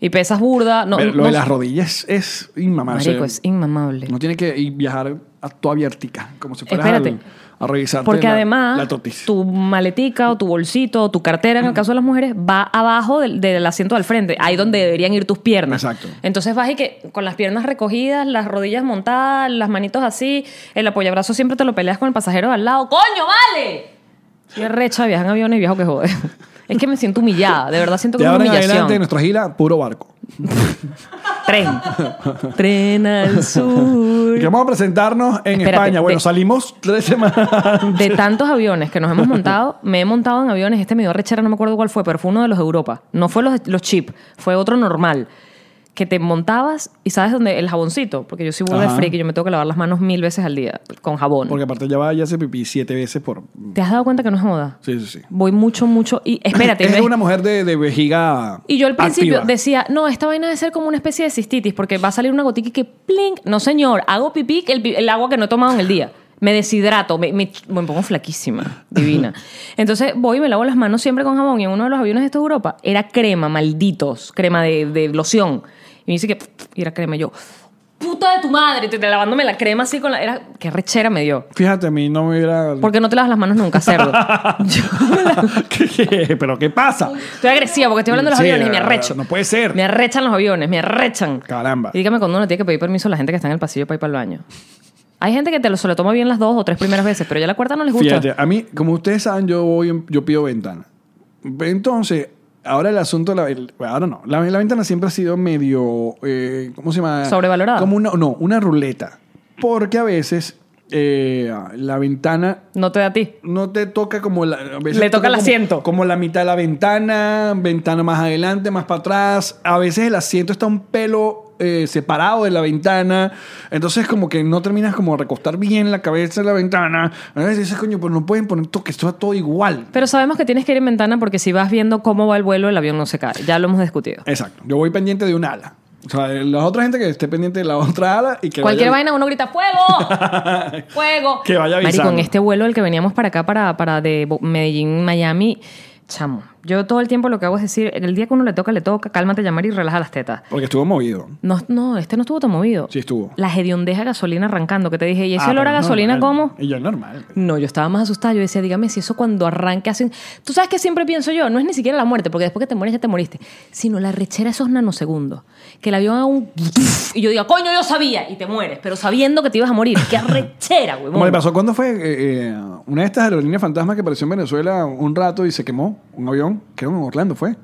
S3: Y pesas burda. No,
S2: Pero lo
S3: no-
S2: de las rodillas es inmamable. O sea,
S3: Marico, es inmamable.
S2: No tiene que ir viajar a toda vertica, como si fueras
S3: Espérate.
S2: al- a revisar
S3: Porque
S2: la,
S3: además,
S2: la totis.
S3: tu maletica o tu bolsito o tu cartera, en el caso de las mujeres, va abajo del, del asiento del frente, ahí donde deberían ir tus piernas.
S2: Exacto.
S3: Entonces vas y que con las piernas recogidas, las rodillas montadas, las manitos así, el apoyabrazo siempre te lo peleas con el pasajero de al lado. ¡Coño, vale! Qué recha, viajan en aviones, viejo que jode. Es que me siento humillada, de verdad siento que
S2: De
S3: es
S2: ahora
S3: una
S2: en adelante,
S3: humillación.
S2: nuestra gira, puro barco.
S3: Tren. Tren al sur.
S2: Que vamos a presentarnos en
S3: Espérate,
S2: España. Bueno,
S3: de-
S2: salimos tres semanas.
S3: De tantos aviones que nos hemos montado, me he montado en aviones. Este me dio rechera, no me acuerdo cuál fue, pero fue uno de los de Europa. No fue los, los cheap, fue otro normal. Que te montabas y sabes dónde el jaboncito, porque yo soy burda de
S2: Ajá.
S3: friki, yo me tengo que lavar las manos mil veces al día con jabón.
S2: Porque aparte ya va y hace pipí siete veces por...
S3: ¿Te has dado cuenta que no es moda?
S2: Sí, sí, sí.
S3: Voy mucho, mucho y espérate.
S2: Es
S3: me-
S2: una mujer de, de vejiga
S3: Y yo al principio
S2: activa.
S3: decía, no, esta vaina debe ser como una especie de cistitis, porque va a salir una gotica y que plink. No, señor, hago pipí el, pi- el agua que no he tomado en el día. Me deshidrato, me, me ch- me pongo flaquísima, divina. Entonces voy y me lavo las manos siempre con jabón. Y en uno de los aviones de estos de Europa era crema, malditos, crema de, de loción. Y me dice que y era crema. Y yo, puta de tu madre, te, te lavándome la crema así con la. Era, qué rechera me dio.
S2: Fíjate, a mí no me hubiera...
S3: Porque no te lavas las manos nunca, cerdo. Yo me la-
S2: ¿Qué- qué? ¿Pero qué pasa?
S3: Estoy agresiva porque estoy hablando de los
S2: Sí,
S3: aviones y me
S2: no,
S3: arrecho.
S2: no puede ser.
S3: Me arrechan los aviones, me arrechan.
S2: Caramba.
S3: Y dígame cuando uno le tiene que pedir permiso a la gente que está en el pasillo para ir para el baño. Hay gente que te lo, se lo toma bien las dos o tres primeras veces, pero ya la cuarta no les gusta.
S2: Fíjate, a mí, como ustedes saben, yo voy, en- yo pido ventana. Entonces, ahora el asunto, de la, el- ahora no, la, la ventana siempre ha sido medio, eh, ¿cómo se llama?
S3: Sobrevalorada.
S2: Como una, no, una ruleta. Porque a veces eh, la ventana
S3: No te da a ti.
S2: no te toca como la, a veces
S3: Le
S2: te
S3: toca el
S2: como-
S3: asiento.
S2: como la mitad de la ventana ventana más adelante más para atrás a veces el asiento está un pelo eh, separado de la ventana entonces como que no terminas como de recostar bien la cabeza en la ventana a veces dices coño pues no pueden poner todo que está todo igual
S3: Pero sabemos que tienes que ir en ventana porque si vas viendo cómo va el vuelo, el avión no se cae. Ya lo hemos discutido.
S2: exacto yo voy pendiente de un ala o sea la otra gente que esté pendiente de la otra ala y que
S3: Cualquier
S2: vaya-
S3: vaina uno grita ¡Fuego! ¡Fuego!
S2: Que vaya
S3: Marico,
S2: avisando.
S3: en este vuelo el que veníamos para acá, para, para de Bo- Medellín, Miami, chamo. Yo todo el tiempo lo que hago es decir, el día que uno le toca, le toca, cálmate, llamar y relaja las tetas.
S2: porque estuvo movido
S3: No, no, este no estuvo tan movido.
S2: Sí estuvo.
S3: La hediondeja gasolina arrancando, que te dije, ¿y ese
S2: Ah,
S3: olor a
S2: pero es
S3: gasolina
S2: normal.
S3: cómo?
S2: y yo es normal
S3: No, yo estaba más asustada. Yo decía, dígame si eso cuando arranque hacen. Tú sabes que siempre pienso yo, no es ni siquiera la muerte, porque después que te mueres ya te moriste, sino la rechera de esos nanosegundos. Que el avión haga un. Y yo diga, coño, yo sabía, y te mueres, pero sabiendo que te ibas a morir. ¡Qué rechera, huevón!
S2: Como le pasó cuando fue eh, eh, una de estas aerolíneas fantasmas que apareció en Venezuela un rato y se quemó un avión, creo en Orlando fue.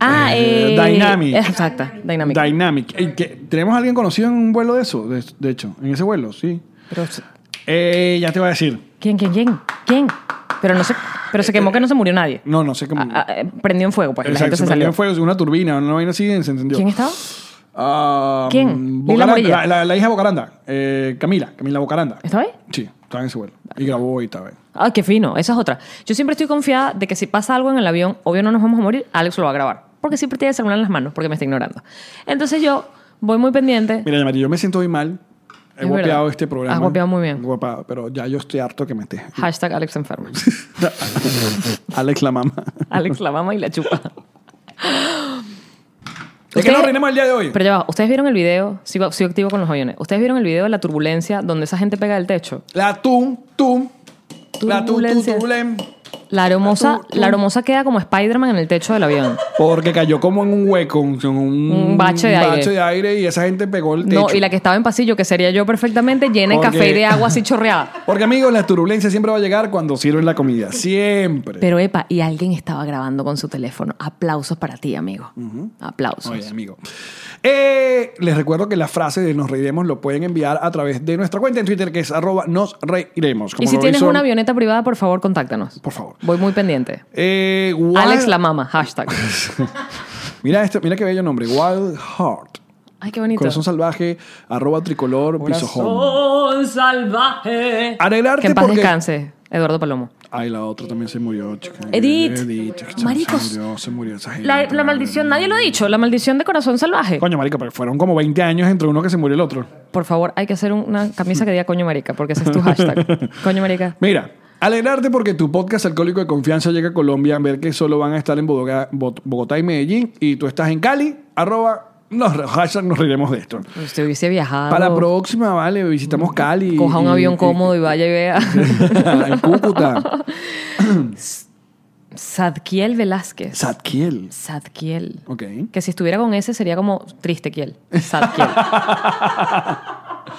S3: Ah,
S2: Eh,
S3: eh.
S2: Dynamic.
S3: Exacto, Dynamic.
S2: Dynamic. Eh, que- tenemos a alguien conocido en un vuelo de eso, de, de hecho, en ese vuelo, sí.
S3: Pero-
S2: Eh, ya te voy a decir.
S3: ¿Quién, quién, quién? ¿Quién? Pero, no se, pero se quemó que no se murió nadie.
S2: No, no sé Eh, cómo.
S3: Ah, ah, eh, prendió en fuego, pues. y la
S2: Exacto,
S3: gente se
S2: se prendió
S3: salió.
S2: en fuego, una turbina, una vaina así, se encendió.
S3: ¿Quién estaba?
S2: Ah,
S3: ¿Quién?
S2: mm,
S3: Lila
S2: Bocaranda,
S3: Morilla.
S2: la, la- la hija de Bocaranda, eh, Camila, Camila Bocaranda.
S3: ¿Estaba ahí?
S2: Sí, estaba en ese vuelo. Y grabó y estaba ahí.
S3: Ah, qué fino. Esa es otra. Yo siempre estoy confiada de que si pasa algo en el avión, obvio no nos vamos a morir, Alex lo va a grabar. Porque siempre tiene el celular en las manos, porque me está ignorando. Entonces yo voy muy pendiente.
S2: Mira, Yamari, yo me siento muy mal. He
S3: Es
S2: guapeado
S3: verdad.
S2: este programa.
S3: Has guapeado muy bien.
S2: Guapeado, pero ya yo estoy harto que me estés.
S3: Hashtag Alex enfermo.
S2: Alex la mamá.
S3: Alex la mama y la chupa.
S2: ¿De qué
S3: Ustedes-
S2: nos reiremos el día de hoy?
S3: Pero ya va, ¿ustedes vieron el video? Sigo, sigo activo con los aviones. ¿Ustedes vieron el video de la turbulencia donde esa gente pega del techo?
S2: La tum, tum. La tum, tum,
S3: Turbulencia.
S2: turbulem.
S3: La aromosa,
S2: Tú- tú-
S3: la aromosa queda como Spider-Man en el techo del avión.
S2: Porque cayó como en un hueco, un, un
S3: Un bache de aire.
S2: de aire y esa gente pegó el techo.
S3: No, y la que estaba en pasillo, que sería yo perfectamente, llena de
S2: Porque-
S3: café y de agua así chorreada.
S2: Porque, amigos, la turbulencia siempre va a llegar cuando sirven la comida. Siempre.
S3: Pero epa, y alguien estaba grabando con su teléfono. Aplausos para ti, amigo. Aplausos.
S2: Oye, amigo. Eh, les recuerdo que la frase de nos reiremos lo pueden enviar a través de nuestra cuenta en Twitter, que es arroba nos reiremos. Como
S3: y si
S2: lo
S3: tienes
S2: hizo-
S3: una avioneta privada, por favor, contáctanos.
S2: Por favor.
S3: Voy muy pendiente.
S2: Eh, Wild-
S3: Alex la mama, hashtag.
S2: Mira, esto, mira qué bello nombre. Wild Heart.
S3: Ay, qué bonito.
S2: Corazón salvaje, arroba tricolor, piso home.
S3: Corazón salvaje.
S2: Arreglarte
S3: Que en paz
S2: porque-
S3: descanse, Eduardo Palomo.
S2: Ay, la otra también se murió. chica.
S3: Edith.
S2: chica, se
S3: Maricos.
S2: murió, se murió esa gente.
S3: La, la maldición, nadie lo ha dicho, la maldición de corazón salvaje.
S2: Coño, marica, pero fueron como 20 años entre uno que se murió y el otro.
S3: Por favor, hay que hacer una camisa que diga coño marica, porque ese es tu hashtag. coño marica.
S2: Mira, alegrarte porque tu podcast Alcohólico de Confianza llega a Colombia. Ver que solo van a estar en Bodoga- Bot- Bogotá y Medellín. Y tú estás en Cali. Arroba, nos, re- hashtag, nos riremos de esto.
S3: Usted hubiese viajado.
S2: Para la próxima, vale, visitamos Cali.
S3: Coja un
S2: y-
S3: avión
S2: y-
S3: cómodo y vaya y vea.
S2: en Cúcuta.
S3: Sadkiel Velázquez.
S2: Satkiel.
S3: Sadkiel.
S2: Ok.
S3: Que si estuviera con ese sería como triste Kiel. Sadkiel.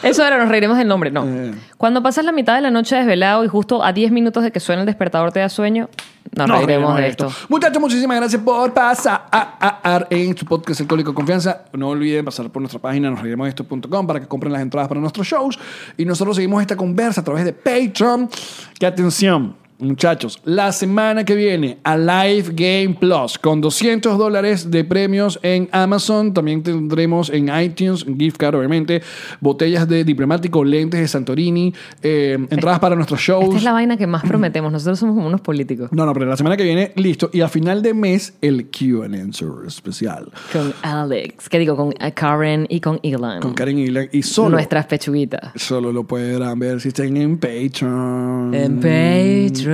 S3: Eso era, nos reiremos del nombre, no.
S2: Eh.
S3: Cuando pasas la mitad de la noche desvelado y justo a 10 minutos de que suene el despertador te da sueño, nos
S2: No,
S3: reiremos de esto.
S2: Muchachos, muchísimas gracias por pasar en su podcast Alcohólico Confianza. No olviden pasar por nuestra página nosreiremosdeesto.com para que compren las entradas para nuestros shows. Y nosotros seguimos esta conversa a través de Patreon. Que atención, muchachos, la semana que viene a Live Game Plus con 200 dólares de premios en Amazon. También tendremos en iTunes, gift card obviamente, botellas de diplomático, lentes de Santorini, eh, entradas para nuestros shows.
S3: Esta es la vaina que más prometemos. Nosotros somos como unos políticos.
S2: No, no, pero la semana que viene, listo. Y a final de mes, el QA especial.
S3: Con Alex, que digo, con eh, Karen y con Ilan.
S2: Con Karen Ilan y solo.
S3: Nuestras pechuguitas.
S2: Solo lo podrán ver si están en Patreon.
S3: En Patreon.